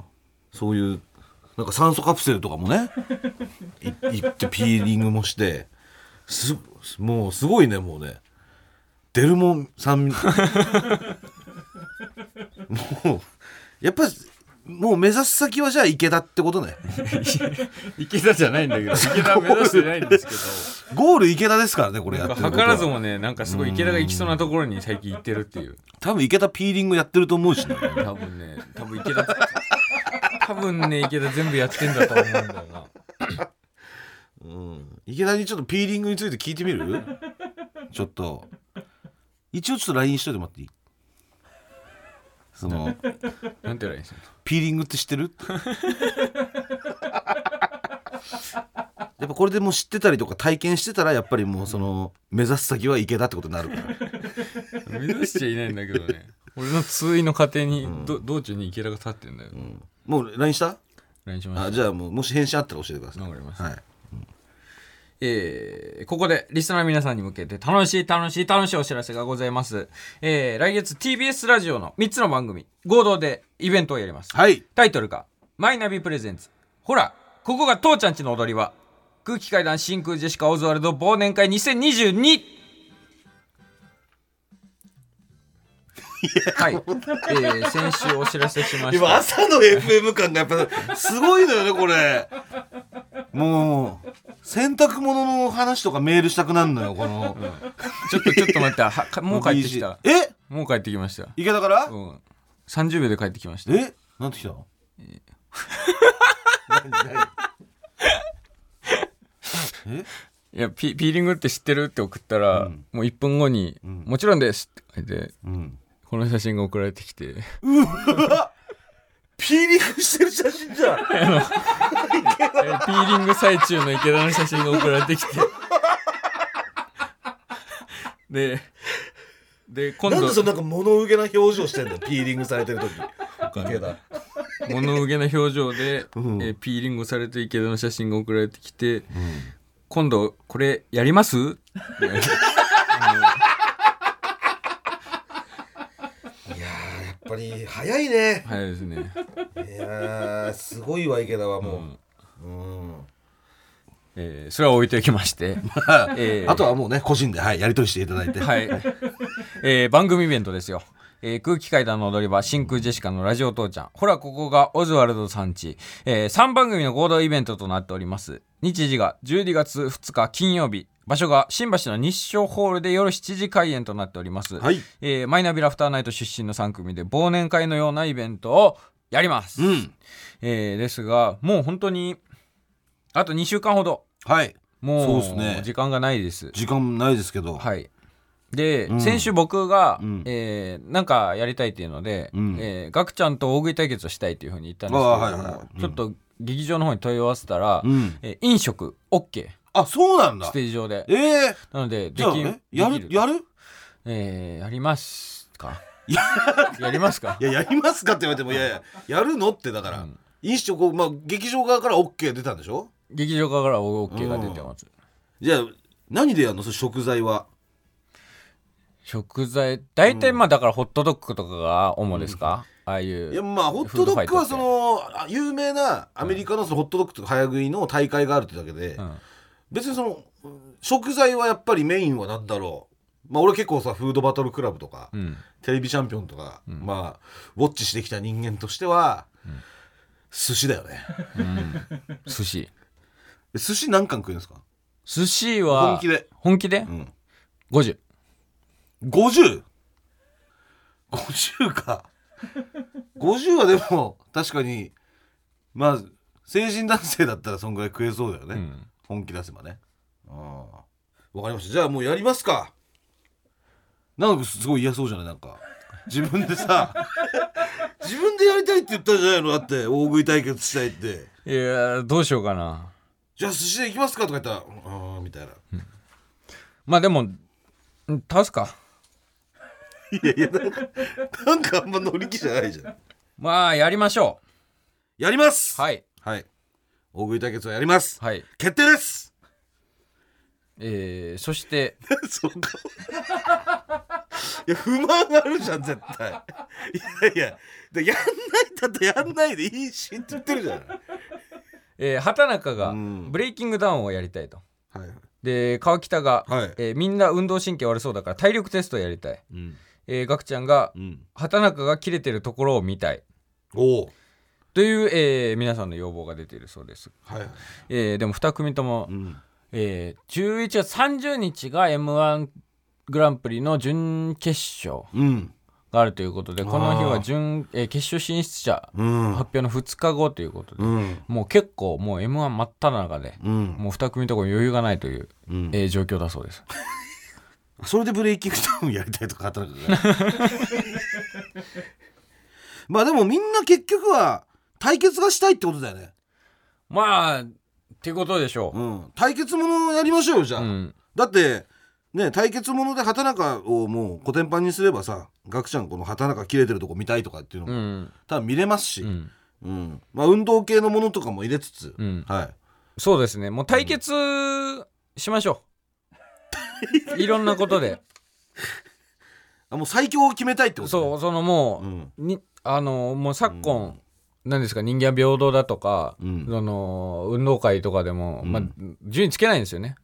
[SPEAKER 3] そういうなんか酸素カプセルとかもね い行ってピーリングもしてすもうすごいねもうねデルモンさん もうやっぱもう目指す先はじゃあ池田ってことね
[SPEAKER 2] 池田じゃないんだ けど池田目指してないんですけど
[SPEAKER 3] ゴール池田ですからねこれやってるこ
[SPEAKER 2] 図
[SPEAKER 3] と
[SPEAKER 2] らずもねなんかすごい池田が行きそうなところに最近行ってるっていう
[SPEAKER 3] 多分池田ピーリングやってると思うしね
[SPEAKER 2] 多分ね多分池田多分ね池田全部やってんだと思うんだよな
[SPEAKER 3] うん池田にちょっとピーリングについて聞いてみる ちょっと一応ちょっと LINE しといてもらっていいその
[SPEAKER 2] なんて言えばいいんですか
[SPEAKER 3] ピーリングって知ってるやっぱこれでもう知ってたりとか体験してたらやっぱりもうその目指す先は池田ってことになるから
[SPEAKER 2] 目指しちゃいないんだけどね俺の通院の過程に、ど道中に池田が立ってんだよ、
[SPEAKER 3] もう LINE した
[SPEAKER 2] ラインしました
[SPEAKER 3] あじゃあもうもし返信あったら教えてください
[SPEAKER 2] わかりました
[SPEAKER 3] はい、
[SPEAKER 2] えーここでリスナーの皆さんに向けて楽しい楽しい楽しいお知らせがございます、えー来月 TBS ラジオの3つの番組合同でイベントをやります、
[SPEAKER 3] はい、
[SPEAKER 2] タイトルが「マイナビプレゼンツ」ほらここが父ちゃんちの踊り場空気階段真空ジェシカオズワルド忘年会2022はい、えー先週お知らせしま
[SPEAKER 4] で
[SPEAKER 2] し
[SPEAKER 4] も
[SPEAKER 2] た
[SPEAKER 4] 朝の FM 感がやっぱ
[SPEAKER 3] すごいのよねこれもう洗濯物の話とかメールしたくなるのよこの、
[SPEAKER 2] ちょっとちょっと待ったはかもう帰ってきた
[SPEAKER 3] え
[SPEAKER 2] もう帰ってきました
[SPEAKER 3] 池田から、
[SPEAKER 2] うん30秒で帰ってきました
[SPEAKER 3] えなんて来たの何 何え
[SPEAKER 2] いやピピーリングって知ってるって送ったら、
[SPEAKER 3] うん
[SPEAKER 2] もう1分後に、
[SPEAKER 3] うん
[SPEAKER 2] もちろんですって書いて
[SPEAKER 3] うん
[SPEAKER 2] この写真が送られてきて
[SPEAKER 4] ピーリングしてる写真じゃん。
[SPEAKER 2] えーピーリング最中の池田の写真が送られてきて でで今
[SPEAKER 4] なん
[SPEAKER 2] 度
[SPEAKER 4] でそのなんか物憂げな表情してんのピーリングされてる時池田
[SPEAKER 2] 物憂げな表情で、
[SPEAKER 3] うん
[SPEAKER 2] えーピーリングされて池田の写真が送られてきて、今度これやりますって
[SPEAKER 4] やっぱり早いね
[SPEAKER 2] 早いですね
[SPEAKER 4] いやーすごいわ池田はもううん
[SPEAKER 2] えーそれは置いておきまして、えー
[SPEAKER 3] あとはもうね個人で、はい、やり取りしていただいて、
[SPEAKER 2] はい、えー番組イベントですよ、えー空気階段の踊り場真空ジェシカのラジオ父ちゃんほらここがオズワルドさんち、え3番組の合同イベントとなっております日時が12月2日金曜日場所が新橋の日照ホールで夜7時開演となっております、
[SPEAKER 3] はい
[SPEAKER 2] えーマイナビラフターナイト出身の3組で忘年会のようなイベントをやります、
[SPEAKER 3] うん
[SPEAKER 2] えーですがもう本当にあと2週間ほど
[SPEAKER 3] はい
[SPEAKER 2] もう
[SPEAKER 3] そうっすね
[SPEAKER 2] 時間がないです
[SPEAKER 3] 時間ないですけど、
[SPEAKER 2] はい。で、
[SPEAKER 3] ん
[SPEAKER 2] 先週僕が、
[SPEAKER 3] うん
[SPEAKER 2] えーなんかやりたいっていうので、
[SPEAKER 3] うん
[SPEAKER 2] えーガクちゃんと大食い対決をしたいっていうふうに言ったんですけれども、
[SPEAKER 3] あーはいはいはいうん
[SPEAKER 2] ちょっと劇場の方に問い合わせたら、
[SPEAKER 3] うん、
[SPEAKER 2] えー飲食 OK
[SPEAKER 3] あそうなんだ
[SPEAKER 2] ステージ上で
[SPEAKER 3] ええ
[SPEAKER 2] なのでで
[SPEAKER 3] じゃあ
[SPEAKER 2] き
[SPEAKER 3] えや
[SPEAKER 2] で
[SPEAKER 3] る
[SPEAKER 2] き
[SPEAKER 3] やる
[SPEAKER 2] えーやりますかやりますか
[SPEAKER 3] いややりますかって言われてもいやいややるのってだから、
[SPEAKER 2] うん
[SPEAKER 3] 飲食をまあ劇場側から OK 出たんでしょ
[SPEAKER 2] 劇場側から OK が出てます、
[SPEAKER 3] じゃあ何でやるのその食材は
[SPEAKER 2] 食材大体まあだからホットドッグとかが主ですか、ああいう
[SPEAKER 3] いやまあホットドッグはそのあ有名なアメリカのそのホットドッグとか早食いの大会があるってだけで、
[SPEAKER 2] うん
[SPEAKER 3] 別にそのうん食材はやっぱりメインは何だろうまあ俺結構さフードバトルクラブとか、
[SPEAKER 2] うん
[SPEAKER 3] テレビチャンピオンとか、まあウォッチしてきた人間としては、寿司だよね
[SPEAKER 2] 寿司
[SPEAKER 3] 寿司何貫食えるんですか
[SPEAKER 2] 寿司は
[SPEAKER 3] 本気で
[SPEAKER 2] 本気で、
[SPEAKER 3] ん
[SPEAKER 2] 50
[SPEAKER 3] 50?50 か50はでも確かにまあ成人男性だったらそんぐらい食えそうだよね、
[SPEAKER 2] ん
[SPEAKER 3] 本気出せばねああわかりましたじゃあもうやりますかなんかすごい嫌そうじゃないなんか自分でさ 自分でやりたいって言ったじゃないのだって大食い対決したいって
[SPEAKER 2] いやーどうしようかな
[SPEAKER 3] じゃあ寿司で行きますかとか言ったら「ああ」みたいな
[SPEAKER 2] まあでもん倒すか
[SPEAKER 3] いやいやなんかなんかあんま乗り気じゃないじゃん
[SPEAKER 2] まあやりましょ
[SPEAKER 3] やります
[SPEAKER 2] うはい
[SPEAKER 3] はい。大食い対決をやります。
[SPEAKER 2] はい
[SPEAKER 3] 決定です。
[SPEAKER 2] えー、そして
[SPEAKER 3] そこ。いや、不満あるじゃん、絶対。いやいや、でやんないだってやんないでいいしって言ってるじゃない。
[SPEAKER 2] えー畑中が
[SPEAKER 3] うん
[SPEAKER 2] ブレイキングダウンをやりたいと
[SPEAKER 3] はい。
[SPEAKER 2] で川北が、
[SPEAKER 3] はい
[SPEAKER 2] えーみんな運動神経悪そうだから体力テストやりたい、
[SPEAKER 3] うん。
[SPEAKER 2] えー、ガクちゃんが
[SPEAKER 3] うん。
[SPEAKER 2] 畑中が切れてるところを見たい
[SPEAKER 3] おお。
[SPEAKER 2] という、えー皆さんの要望が出ているそうです、
[SPEAKER 3] はい。
[SPEAKER 2] えーでも2組とも、
[SPEAKER 3] ん。
[SPEAKER 2] えー、11月30日が m 1グランプリの準決勝
[SPEAKER 3] うん。
[SPEAKER 2] があるということでこの日
[SPEAKER 3] あ
[SPEAKER 2] は
[SPEAKER 3] ー
[SPEAKER 2] 準、えー決勝進出者
[SPEAKER 3] うん。
[SPEAKER 2] 発表の2日後ということで、
[SPEAKER 3] うん。
[SPEAKER 2] もう結構もう m 1真っ只中で、
[SPEAKER 3] うん。
[SPEAKER 2] もう2組とこ余裕がないという、
[SPEAKER 3] うん
[SPEAKER 2] えー状況だそうです
[SPEAKER 3] それでブレイキングダウンやりたいとか働く からまあでもみんな結局は対決がしたいってことだよね。
[SPEAKER 2] まあってことでしょう、
[SPEAKER 3] うん。対決ものやりましょうよ、じゃあ。
[SPEAKER 2] うん
[SPEAKER 3] だってね対決もので畑中をもうコテンパンにすればさガクちゃんこの畑中切れてるとこ見たいとかっていうの
[SPEAKER 2] う
[SPEAKER 3] も
[SPEAKER 2] ん
[SPEAKER 3] 多分見れますし、
[SPEAKER 2] う
[SPEAKER 3] うん
[SPEAKER 2] ん
[SPEAKER 3] まあ、運動系のものとかも入れつつ、
[SPEAKER 2] うん
[SPEAKER 3] はい、
[SPEAKER 2] そうですねもう対決しましょういろんなことで
[SPEAKER 3] あもう最強を決めたいってこと
[SPEAKER 2] そう
[SPEAKER 3] う
[SPEAKER 2] そのもう、
[SPEAKER 3] ん
[SPEAKER 2] にあのもう昨今、なんですか人間は平等だとか、
[SPEAKER 3] うん
[SPEAKER 2] その運動会とかでも、まあ順位つけないんですよね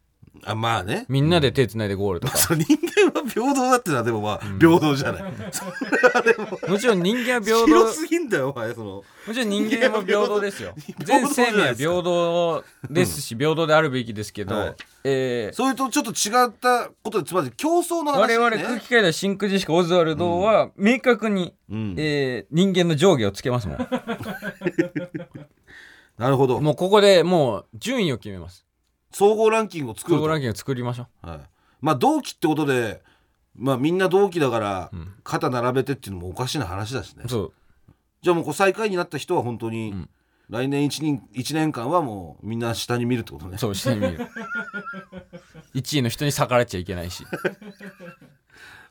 [SPEAKER 3] あまあね
[SPEAKER 2] みんなで手つないでゴールとか、
[SPEAKER 3] そう人間は平等だってのはでもまあ平等じゃない、
[SPEAKER 2] もちろん人間は 平等
[SPEAKER 3] 広すぎんだよお前その
[SPEAKER 2] もちろん人間も平等ですよ
[SPEAKER 3] 平等
[SPEAKER 2] 全生命
[SPEAKER 3] 平等じゃない
[SPEAKER 2] は
[SPEAKER 3] です
[SPEAKER 2] 平等です
[SPEAKER 3] か
[SPEAKER 2] し、平等であるべきですけど、
[SPEAKER 3] はい
[SPEAKER 2] えー
[SPEAKER 3] それとちょっと違ったことでつまり競争の話、
[SPEAKER 2] 我
[SPEAKER 3] ね、
[SPEAKER 2] 々空気階段真空ジェシカオズワルドは明確に、
[SPEAKER 3] うん
[SPEAKER 2] えー人間の上下をつけますもん
[SPEAKER 3] なるほど
[SPEAKER 2] もうここでもう順位を決めます
[SPEAKER 3] 総合ランキングを作る
[SPEAKER 2] 総
[SPEAKER 3] と
[SPEAKER 2] 合ランキングを作りましょう
[SPEAKER 3] はい、まあ同期ってことでまあみんな同期だから肩並べてっていうのもおかしな話だしね、
[SPEAKER 2] そう
[SPEAKER 3] じゃあもうこう最下位になった人は本当に、
[SPEAKER 2] ん
[SPEAKER 3] 来年 1, 年一年間はもうみんな下に見るってことね
[SPEAKER 2] そう下に見 る1位の人に逆らっちゃいけないし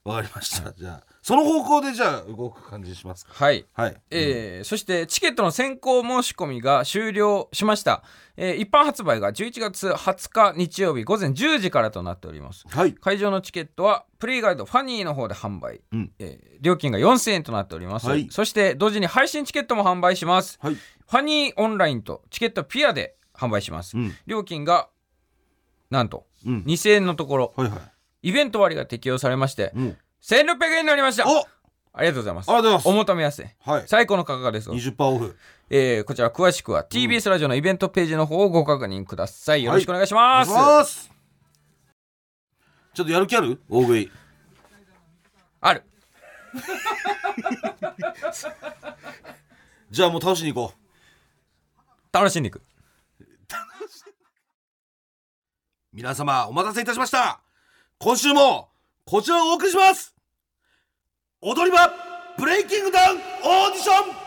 [SPEAKER 3] わかりましたじゃあその方向でじゃあ動く感じにしますか
[SPEAKER 2] はい
[SPEAKER 3] はい、
[SPEAKER 2] えーそしてチケットの先行申し込みが終了しました、えー一般発売が11月20日日曜日午前10時からとなっております
[SPEAKER 3] はい
[SPEAKER 2] 会場のチケットはプレイガイドファニーの方で販売、
[SPEAKER 3] うん
[SPEAKER 2] えー料金が4000円となっております、
[SPEAKER 3] はい
[SPEAKER 2] そして同時に配信チケットも販売します
[SPEAKER 3] はい
[SPEAKER 2] ファニーオンラインとチケットピアで販売します、
[SPEAKER 3] うん
[SPEAKER 2] 料金がなんと
[SPEAKER 3] うん
[SPEAKER 2] 2000円のところ
[SPEAKER 3] はいはい
[SPEAKER 2] イベント割が適用されまして
[SPEAKER 3] うん
[SPEAKER 2] 1600円になりました
[SPEAKER 3] お
[SPEAKER 2] ありがとうございます
[SPEAKER 3] ありがとうございます
[SPEAKER 2] お求めやすい
[SPEAKER 3] はい
[SPEAKER 2] 最高の価格です
[SPEAKER 3] 20%オフ
[SPEAKER 2] えーこちら詳しくは TBS ラジオのイベントページの方をご確認ください。よろしくお願いします。
[SPEAKER 3] お願いしますちょっとやる気ある大食い
[SPEAKER 2] ある。
[SPEAKER 3] じゃあもう倒しに行こう
[SPEAKER 2] 楽しんでいく。
[SPEAKER 3] 皆様お待たせいたしました今週もこちらをお送りします踊り場ブレイキングダウンオーディション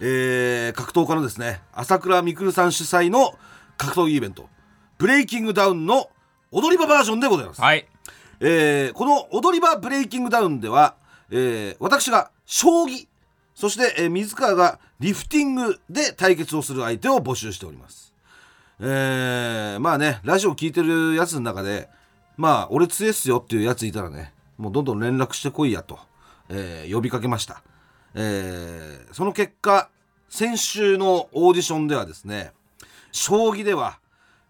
[SPEAKER 3] えー、格闘家のですね朝倉未来さん主催の格闘技イベントブレイキングダウンの踊り場バージョンでございます、
[SPEAKER 2] はい。
[SPEAKER 3] えーこの踊り場ブレイキングダウンでは、えー私が将棋そして、えー水川がリフティングで対決をする相手を募集しておりますえーまあねラジオ聞いてるやつの中でまあ俺強いっすよっていうやついたらねもうどんどん連絡してこいやと、えー呼びかけました、えーその結果先週のオーディションではですね将棋では、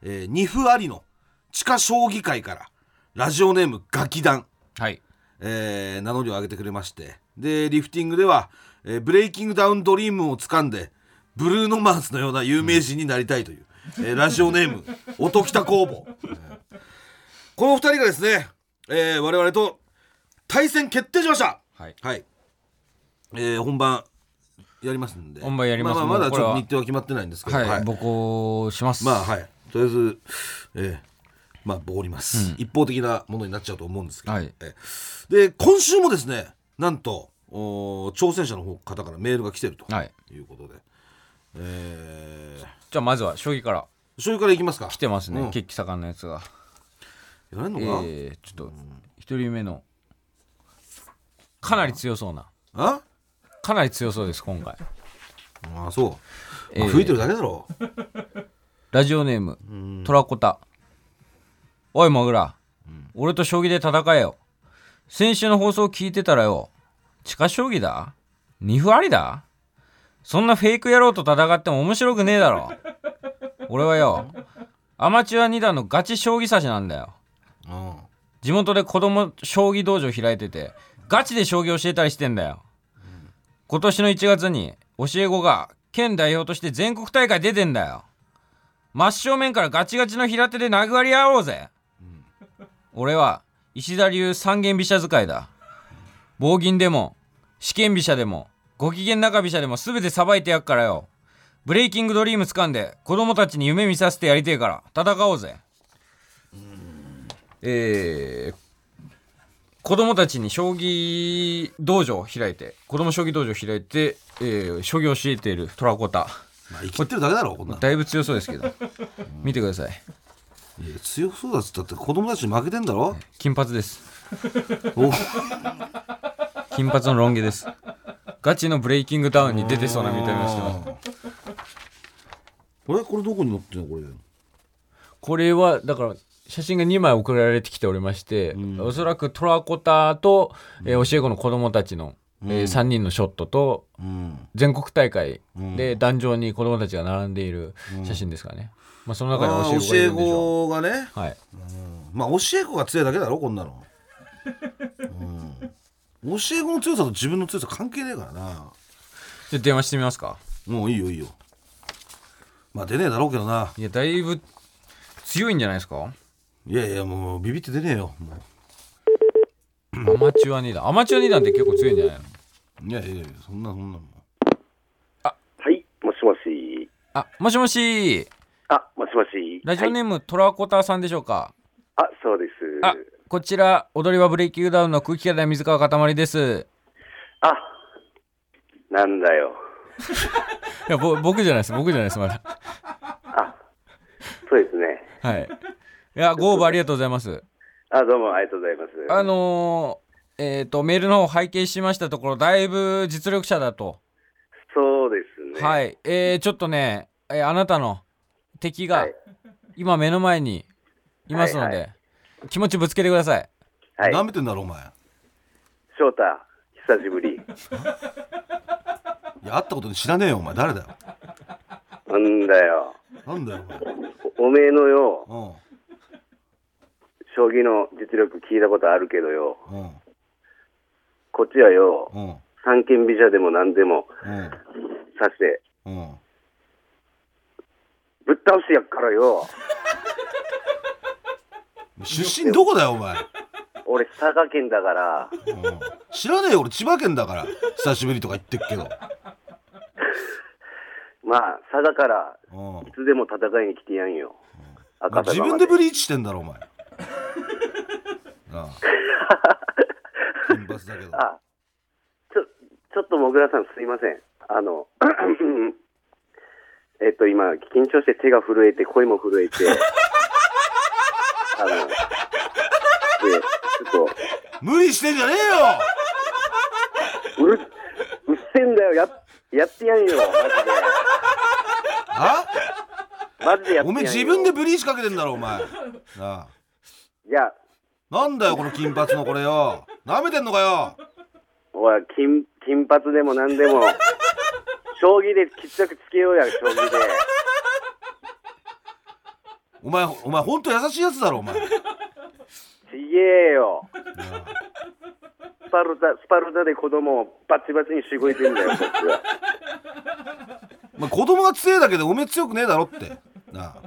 [SPEAKER 3] えー、二歩ありの地下将棋界からラジオネームガキ団、
[SPEAKER 2] はい。
[SPEAKER 3] えー名乗りを上げてくれましてでリフティングでは、えーブレイキングダウンドリームを掴んでブルーノマーズのような有名人になりたいという、えーラジオネー ム音北工房、えーこの二人がですね、えー我々と対戦決定しました
[SPEAKER 2] はい。
[SPEAKER 3] はい、えー本番やりますんで
[SPEAKER 2] 本番やります
[SPEAKER 3] あ、まあまだちょっ
[SPEAKER 2] もうこれは
[SPEAKER 3] と日程は決まってないんですけど、
[SPEAKER 2] はい。僕をします。
[SPEAKER 3] まあはいとりあえず、えーまあボーります、一方的なものになっちゃうと思うんですけど、
[SPEAKER 2] はい
[SPEAKER 3] えーで今週もですねなんとおー挑戦者の方方からメールが来てると
[SPEAKER 2] はい
[SPEAKER 3] いうことで、えー
[SPEAKER 2] じゃあまずは将棋から
[SPEAKER 3] 醤油からいきますか
[SPEAKER 2] 来てますね。
[SPEAKER 3] うん
[SPEAKER 2] 血気盛んのやつが。
[SPEAKER 3] やれんの
[SPEAKER 2] え
[SPEAKER 3] か、
[SPEAKER 2] ー、ちょっと、一人目の、かなり強そうな。
[SPEAKER 3] あ
[SPEAKER 2] かなり強そうです、今回。
[SPEAKER 3] あそう、まあ
[SPEAKER 2] えー
[SPEAKER 3] 吹いてるだけだろ
[SPEAKER 2] ラジオネーム、トラコタ。おい、マグラ。俺と将棋で戦えよ。先週の放送聞いてたらよ。地下将棋だ二歩ありだそんなフェイク野郎と戦っても面白くねえだろ。俺はよ、アマチュア二段のガチ将棋指しなんだよ。
[SPEAKER 3] うん
[SPEAKER 2] 地元で子供将棋道場開いててガチで将棋教えたりしてんだよ、今年の1月に教え子が県代表として全国大会出てんだよ真正面からガチガチの平手で殴り合おうぜ、俺は石田流三間飛車使いだ棒銀でも四間飛車でもご機嫌中飛車でも全てさばいてやっからよブレイキングドリーム掴んで子供たちに夢見させてやりてえから戦おうぜえー子供たちに将棋道場を開いて子供将棋道場を開いて、えー将棋を教えているトラコタ
[SPEAKER 3] まあ生きってるだけだろこんなん
[SPEAKER 2] だいぶ強そうですけど見てください
[SPEAKER 3] いや強そうだっつったって子供たちに負けてんだろ
[SPEAKER 2] 金髪です
[SPEAKER 3] お
[SPEAKER 2] 金髪のロン毛ですガチのブレイキングダウン に出てそうな見た目をしてます
[SPEAKER 3] これこれどこに載ってんのこれ
[SPEAKER 2] これはだから写真が2枚送られてきておりまして、おそらくトラコタと、えー教え子の子供たちのえー3人のショットと
[SPEAKER 3] うん
[SPEAKER 2] 全国大会で壇上に子供たちが並んでいる写真ですからね、まあ、その中
[SPEAKER 3] あ
[SPEAKER 2] に
[SPEAKER 3] ー
[SPEAKER 2] 教え子がいるんでしょ
[SPEAKER 3] 教え子がね
[SPEAKER 2] う、はい、
[SPEAKER 3] まあ教え子が強いだけだろこんなの、うん、教え子の強さと自分の強さ関係ねえからな
[SPEAKER 2] じゃあ電話してみますか
[SPEAKER 3] もういいよいいよまあ出ねえだろうけどない
[SPEAKER 2] やだいぶ強いんじゃないですか
[SPEAKER 3] いやいやもうビビって出ねえよも
[SPEAKER 2] アマチュア二段アマチュア二段って結構強いんじゃないの
[SPEAKER 3] ういやいやいやそんなそんなもん
[SPEAKER 5] はい、もしもし。
[SPEAKER 2] あもしもし
[SPEAKER 5] あ、もしもし。
[SPEAKER 2] ラジオ
[SPEAKER 5] はい
[SPEAKER 2] ネーム、トラコタさんでしょうか
[SPEAKER 5] あ、そうです。
[SPEAKER 2] あこちら踊り場ブレイキングダウンの空気階段水川かたまりです
[SPEAKER 5] あ、なんだよ。
[SPEAKER 2] いやぼ僕じゃないです僕じゃないですまだ
[SPEAKER 5] そうですね。
[SPEAKER 2] はいいやご応募ありがとうございます
[SPEAKER 5] あ、どうもありがとうございます。
[SPEAKER 2] あのーえっ、とメールの方拝見しましたところだいぶ実力者だと、
[SPEAKER 5] そうですね。。
[SPEAKER 2] はいいえー、ちょっとね、えーあなたの敵が
[SPEAKER 5] はい
[SPEAKER 2] 今目の前にいますので、
[SPEAKER 5] は
[SPEAKER 2] 気持ちぶつけてください
[SPEAKER 5] はい。
[SPEAKER 3] なめてんだろお前い
[SPEAKER 5] 翔太、久しぶり。
[SPEAKER 3] や会ったことに知らねえよお前誰だよ
[SPEAKER 5] なんだよ。
[SPEAKER 3] なんだよ
[SPEAKER 5] おおめえのよ、
[SPEAKER 3] お前
[SPEAKER 5] 将棋の実力聞いたことあるけどよ、
[SPEAKER 3] うんうん
[SPEAKER 5] こっちはよ、
[SPEAKER 3] うん
[SPEAKER 5] 三軒美者でも何でも
[SPEAKER 3] うん
[SPEAKER 5] さして、
[SPEAKER 3] うん
[SPEAKER 5] ぶっ倒してやっからよ。
[SPEAKER 3] 出身どこだよお前、
[SPEAKER 5] 俺、佐賀県だから、
[SPEAKER 3] うん、知らねえよ俺千葉県だから久しぶりとか言ってっけど、
[SPEAKER 5] まあ、佐賀から
[SPEAKER 3] うん
[SPEAKER 5] いつでも戦いに来てやんよ。赤坂
[SPEAKER 3] 自
[SPEAKER 5] ま
[SPEAKER 3] 分
[SPEAKER 5] で
[SPEAKER 3] でブリーチしてんだろお前なあ金髪だけど
[SPEAKER 5] あちょ、ちょっともぐらさんすいません。あの、 えっと、今、緊張して手が震えて、声も震えて、 あの、で、ちょっ
[SPEAKER 3] 無理してんじゃねえよ
[SPEAKER 5] と、うる、うっせんだよ、や、やってやんよ、
[SPEAKER 3] あ
[SPEAKER 5] マジで。マジでやってやんよ。
[SPEAKER 3] お前自分でブリーチかけてんだろお前なあ
[SPEAKER 5] いや、
[SPEAKER 3] なんだよこの金髪のこれよなめてんのかよ
[SPEAKER 5] おい、金、金髪でも何でも、将棋で決着つけようや、将棋で。
[SPEAKER 3] お前お前ほんと優しいやつだろお前な
[SPEAKER 5] ちげえよ。
[SPEAKER 3] あ
[SPEAKER 5] スパルタ、スパルタで子供をバチバチにしごいてんだよ、こっちは。
[SPEAKER 3] お前子供が強いだけでお前強くねえだろってなあ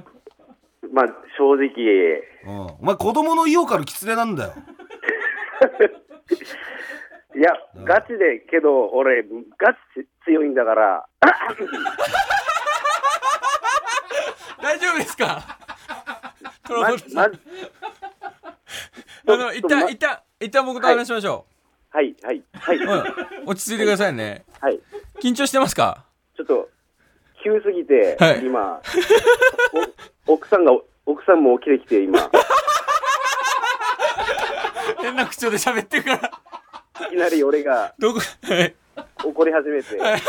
[SPEAKER 5] まあ、正直、
[SPEAKER 3] うん、お前子供の意をから狐なんだよ
[SPEAKER 5] いや、ガチで、けど、俺、ガチ強いんだから、
[SPEAKER 2] 大丈夫です かト
[SPEAKER 5] ま
[SPEAKER 2] ラコタさん
[SPEAKER 5] ま
[SPEAKER 2] あの一旦一旦一旦僕と話しましょ
[SPEAKER 5] はい、はい、はい、
[SPEAKER 2] う、うん、落ち着いてくださいね
[SPEAKER 5] はい。
[SPEAKER 2] 緊張してますか
[SPEAKER 5] ちょっと、急すぎて、
[SPEAKER 2] はい
[SPEAKER 5] 今、お奥さんが、奥さんも起きてきて、今、い
[SPEAKER 2] 変な口調で喋ってるから
[SPEAKER 5] きなり俺が
[SPEAKER 2] どこ はい
[SPEAKER 5] 怒り始めて、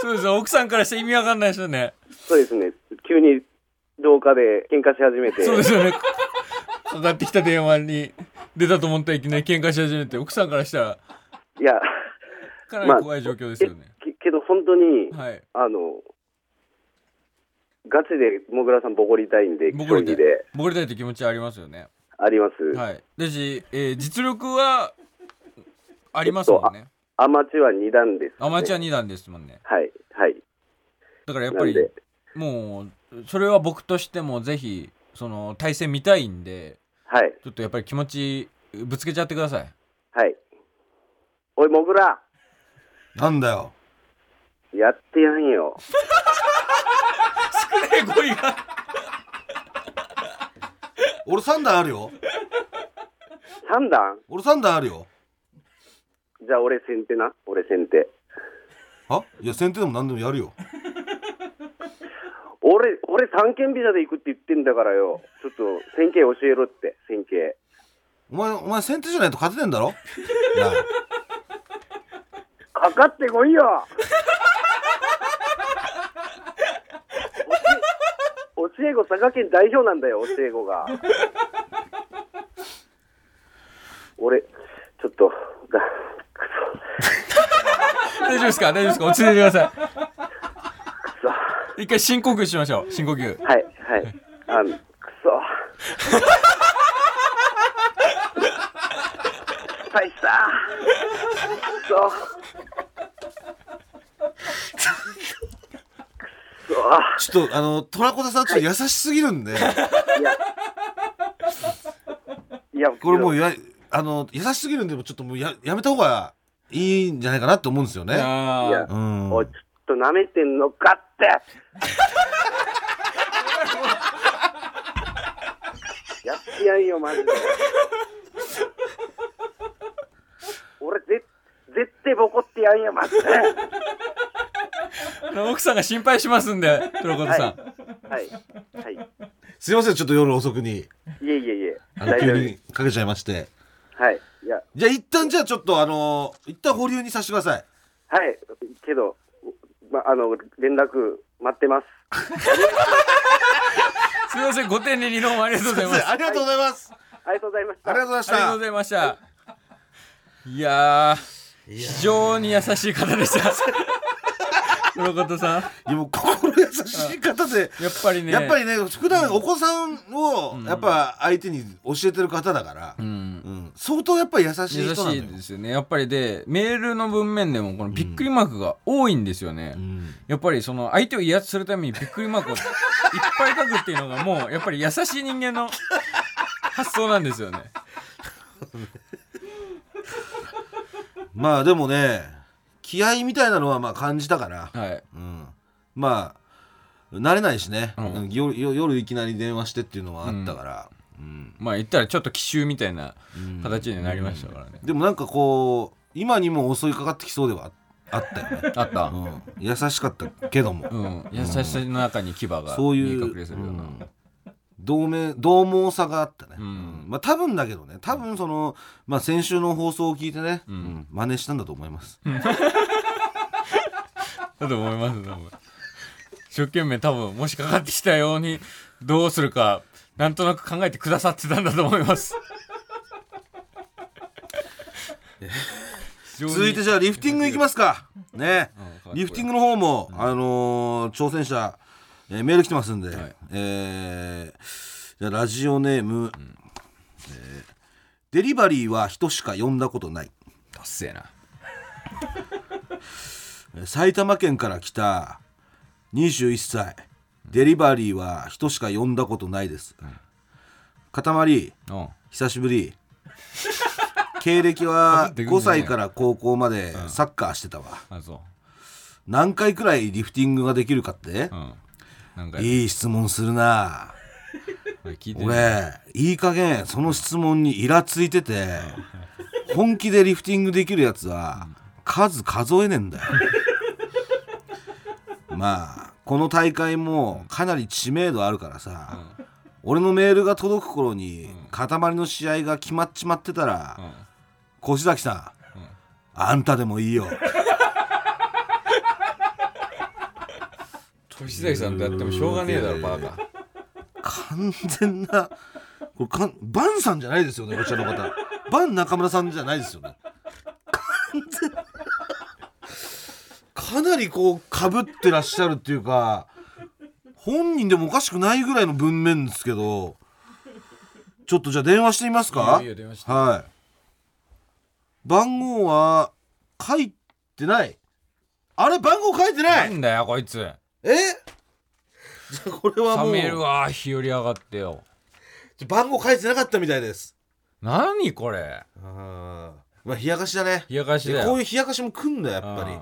[SPEAKER 2] そうです奥さんからして意味わかんないですよね
[SPEAKER 5] そうですね、急に廊下で喧嘩し始めて、
[SPEAKER 2] そうですよねかかってきた電話に出たと思ったらいきなり喧嘩し始めて奥さんからしたら
[SPEAKER 5] いや、
[SPEAKER 2] かなり怖い状況ですよね、
[SPEAKER 5] けけど、本当に、
[SPEAKER 2] はい
[SPEAKER 5] あの、ガチで、もぐらさん、ボコりたいんで、将
[SPEAKER 2] 僕りた
[SPEAKER 5] 棋
[SPEAKER 2] い
[SPEAKER 5] で、
[SPEAKER 2] 僕りたいって気持ちはありますよね
[SPEAKER 5] あります。
[SPEAKER 2] はいだし、えー実力はありますもんね
[SPEAKER 5] アマチュア2段です、ね。
[SPEAKER 2] アマチュア二段ですもんね
[SPEAKER 5] はい、はい。
[SPEAKER 2] だからやっ
[SPEAKER 5] な
[SPEAKER 2] ぱ
[SPEAKER 5] ん
[SPEAKER 2] り
[SPEAKER 5] で、
[SPEAKER 2] もうそれは僕としてもぜひその対戦見たいんで
[SPEAKER 5] はい、
[SPEAKER 2] ちょっとやっぱり気持ちぶつけちゃってください
[SPEAKER 5] はい。おい、もぐら、
[SPEAKER 3] なんだよ
[SPEAKER 5] やってやん よ。
[SPEAKER 2] え語彙が
[SPEAKER 3] 俺3段あるよ
[SPEAKER 5] 3段
[SPEAKER 3] 俺3段あるよ
[SPEAKER 5] じゃあ俺先手な。俺先手。
[SPEAKER 3] あいや先手でも何でもやるよ
[SPEAKER 5] 俺、俺三軒ビザで行くって言ってんだからよ。ちょっと、線形教えろって、線形。
[SPEAKER 3] お前お前先手じゃないと勝てねえん だろなあ
[SPEAKER 5] かかってこいよ教え教え子佐賀県代表なんだよ教え子が俺ちょっとが
[SPEAKER 2] 大丈夫ですか大丈夫ですか落ち着いてください。一回深呼吸しましょう。深呼吸。
[SPEAKER 5] はい、はい。あの、くそ。大した。くそ。くそ。
[SPEAKER 3] ちょっと、あの、トラコタさん、ちょっと優しすぎるんで、
[SPEAKER 5] いや。いや、
[SPEAKER 3] これもうや、あの、優しすぎるんで、もうちょっともうややめた方がいいんじゃないかなって思うんですよね。
[SPEAKER 5] いや
[SPEAKER 2] あ、
[SPEAKER 3] うん。
[SPEAKER 5] おいちょっと舐めてんのか って。やってやんよ、マジで。俺、ぜ、絶対ボコってやんよ、マジで。
[SPEAKER 2] ー奥さんが心配しますんで、黒子さん。
[SPEAKER 5] はい。はい。
[SPEAKER 3] すいません、ちょっと夜遅くに、
[SPEAKER 5] いえいえいえ。
[SPEAKER 3] あの、
[SPEAKER 5] 大丈夫
[SPEAKER 3] 急
[SPEAKER 5] で
[SPEAKER 3] にかけちゃいまして。
[SPEAKER 5] す。はい。いや、
[SPEAKER 3] じゃあ、一旦じゃあ、ちょっと、あの、一旦保留にさせてください。
[SPEAKER 5] はい。けど、ま、あの、連絡待ってます。
[SPEAKER 2] すいません、ご丁寧にどうもありがとうございます。
[SPEAKER 3] ありがとうございます。
[SPEAKER 5] ありがとうございまし
[SPEAKER 3] あ
[SPEAKER 5] た
[SPEAKER 3] り。がとうございまし
[SPEAKER 2] ありがとうご。
[SPEAKER 3] た
[SPEAKER 2] ざいました。いやー、非常に優しい方で した。黒子さん、
[SPEAKER 3] いやもう心優しい方で、
[SPEAKER 2] やっぱりね。
[SPEAKER 3] やっぱりね、普段お子さんをやっぱ相手に教えてる方だから、
[SPEAKER 2] うん
[SPEAKER 3] うん相当やっぱり優しい
[SPEAKER 2] 優
[SPEAKER 3] 人な
[SPEAKER 2] し
[SPEAKER 3] ん
[SPEAKER 2] い
[SPEAKER 3] だよ
[SPEAKER 2] で。すよねやっぱりでメールの文面でもこのびっくりマークが多いんですよね、
[SPEAKER 3] ん
[SPEAKER 2] やっぱりその相手を威圧するためにびっくりマークをいっ ぱい書くっていうのがもうやっぱり優しい人間の発想なんですよね
[SPEAKER 3] まあでもね、気合みたいなのはまあ感じたから、
[SPEAKER 2] はい
[SPEAKER 3] うん、まあ慣れないしね、
[SPEAKER 2] ん
[SPEAKER 3] うん夜夜夜いきなり電話してっていうのはあったから、うん
[SPEAKER 2] まあ言ったらちょっと奇襲みたいな形になりましたからね、、
[SPEAKER 3] でもなんかこう今にも襲いかかってきそうではああったよね
[SPEAKER 2] あった、
[SPEAKER 3] うん、優しかったけども、
[SPEAKER 2] うん、優しさの中に牙が
[SPEAKER 3] そう
[SPEAKER 2] 見
[SPEAKER 3] い
[SPEAKER 2] え
[SPEAKER 3] う、
[SPEAKER 2] 隠れするような、
[SPEAKER 3] うん同盟同盟さがあったね、
[SPEAKER 2] うん
[SPEAKER 3] うんまあ多分だけどね多分その、まあ、先週の放送を聞いてね、うん真似したんだと思います、
[SPEAKER 2] だと思います多分一生懸命多分もしかかってきたようにどうするかなんとなく考えてくださってたんだと思い ます
[SPEAKER 3] 続いてじゃあリフティングいきますかね
[SPEAKER 2] うん
[SPEAKER 3] リフティングの方も、あのー挑戦者、えーメール来てますんで、
[SPEAKER 2] はい
[SPEAKER 3] えーじゃあラジオネーム、えーデリバリーは人しか呼んだことない」
[SPEAKER 2] ダッセーな
[SPEAKER 3] 埼玉県から来た21歳デリバリーは人しか呼んだことないです、塊
[SPEAKER 2] うん
[SPEAKER 3] 久しぶり 経歴は
[SPEAKER 2] ってくんね
[SPEAKER 3] 5歳から高校までサッカーしてたわ、
[SPEAKER 2] あそ
[SPEAKER 3] 何回くらいリフティングができるかって
[SPEAKER 2] うう、んなんか
[SPEAKER 3] いい質問するな
[SPEAKER 2] これ聞いてる
[SPEAKER 3] 俺いい加減その質問にイラついてて本気でリフティングできるやつは数数えねえんだよ まあこの大会もかなり知名度あるからさ、俺のメールが届く頃に塊の試合が決まっちまってたら、越崎さん、あんたでもいいよ
[SPEAKER 2] 年崎さんとやってもしょうがねえだろバカ
[SPEAKER 3] 完全なこれかんバンさんじゃないですよねこちらの方バン中村さんじゃないですよね完全なかなりこうかぶってらっしゃるっていうか本人でもおかしくないぐらいの文面ですけどちょっとじゃあ電話してみますか
[SPEAKER 2] いいよいいよ電話して
[SPEAKER 3] はい番号は書いてないあれ番号書いてな
[SPEAKER 2] ないんだよこいつ
[SPEAKER 3] え じゃあこれはも
[SPEAKER 2] 冷
[SPEAKER 3] う
[SPEAKER 2] めるわ日和上がってよ
[SPEAKER 3] 番号書いてなかったみたいです
[SPEAKER 2] 何これ
[SPEAKER 3] あーまあ冷やかしだね
[SPEAKER 2] 冷やかしだよ
[SPEAKER 3] でこういう冷やかしも来んだよやっぱり
[SPEAKER 2] り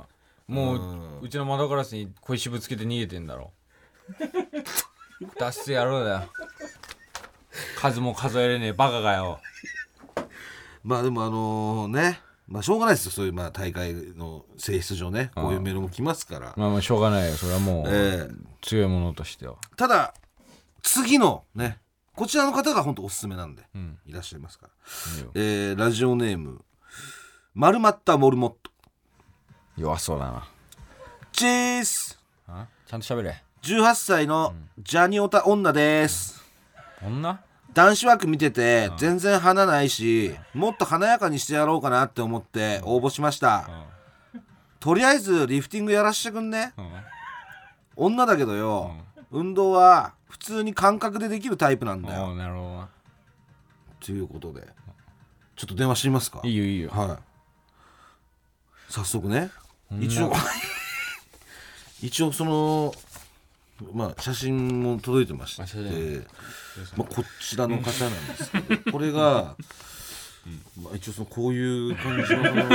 [SPEAKER 2] もう
[SPEAKER 3] うん
[SPEAKER 2] うちの窓ガラスに小石ぶつけて逃げてんだろ出してやろうだよ数も数えれねえバカがよ
[SPEAKER 3] まあでもあのねまあしょうがないですよそういうまあ大会の性質上ねこういうメールも来ますから、
[SPEAKER 2] まあまあしょうがないよそれはもう、
[SPEAKER 3] えー
[SPEAKER 2] 強いものとしては
[SPEAKER 3] ただ次のねこちらの方が本当おすすめなんで、
[SPEAKER 2] ん
[SPEAKER 3] いらっしゃいますから、
[SPEAKER 2] いいよ
[SPEAKER 3] えーラジオネーム丸まったモルモット
[SPEAKER 2] 弱そうだな
[SPEAKER 3] チーズ
[SPEAKER 2] あちゃんと喋れ
[SPEAKER 3] 18歳のジャニオタ女です、
[SPEAKER 2] 女
[SPEAKER 3] 男子枠見てて全然花ないしもっと華やかにしてやろうかなって思って応募しましたとりあえずリフティングやらしてくんね
[SPEAKER 2] うん
[SPEAKER 3] 女だけどよ、運動は普通に感覚でできるタイプなんだよ
[SPEAKER 2] ああなるほ
[SPEAKER 3] ということでちょっと電話してみますか
[SPEAKER 2] どいいよいいよ
[SPEAKER 3] はい早速ね一応 一応そのまあ写真も届いてまして
[SPEAKER 2] あ写真
[SPEAKER 3] まあ、こちらの方なんですけ どこれが、まあ、一応そのこういう感 じのその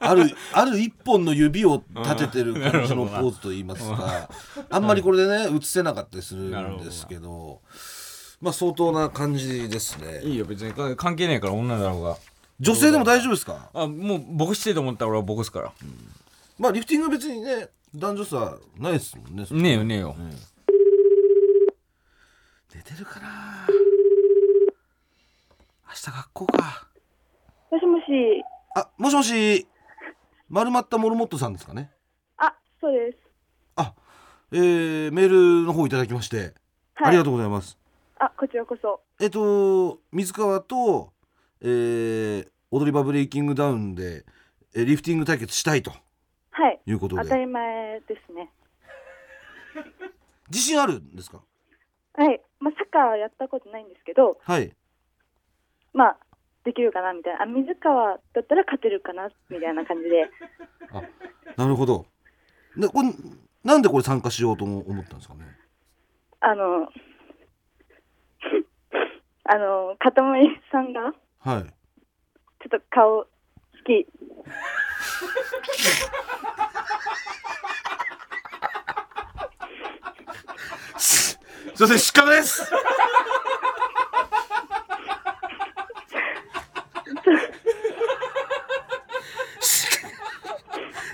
[SPEAKER 3] あるある一本の指を立ててる感じのポーズといいますかあんまりこれでね映せなかったりするんですけどまあ相当な感じです
[SPEAKER 2] い
[SPEAKER 3] ね
[SPEAKER 2] いよ別にか関係ないから女だろうが
[SPEAKER 3] 女性でも大丈夫ですか
[SPEAKER 2] あもう僕してと思ったら俺は僕ですから
[SPEAKER 3] まあリフティングは別にね男女差ないですもんね
[SPEAKER 2] ねえよねえよ
[SPEAKER 3] 寝てるかな明日学校か
[SPEAKER 6] もしもし。
[SPEAKER 3] あもしもし丸まったモルモットさんですかね
[SPEAKER 6] あ、そうです。
[SPEAKER 3] あえー、メールの方いただきまして、
[SPEAKER 6] はい
[SPEAKER 3] ありがとうございます
[SPEAKER 6] あ、こちらこそ。
[SPEAKER 3] えっと水川と、えー、踊り場ブレイキングダウンで、えーリフティング対決したいと
[SPEAKER 6] はい。
[SPEAKER 3] いうこと
[SPEAKER 6] 当た
[SPEAKER 3] で
[SPEAKER 6] り前ですね。
[SPEAKER 3] 自信あるんですか
[SPEAKER 6] はい。まあ、サッカーやったことないんですけど、
[SPEAKER 3] はい
[SPEAKER 6] まあ、できるかなみたいな。あ、水川だったら勝てるかなみたいな感じ で。
[SPEAKER 3] あなるほどでこれなんでこれ参加しようと思思ったんですかね
[SPEAKER 6] あの、あの、かたまりさんが、
[SPEAKER 3] はい
[SPEAKER 6] ちょっと顔、好き。
[SPEAKER 3] すいません、失格です。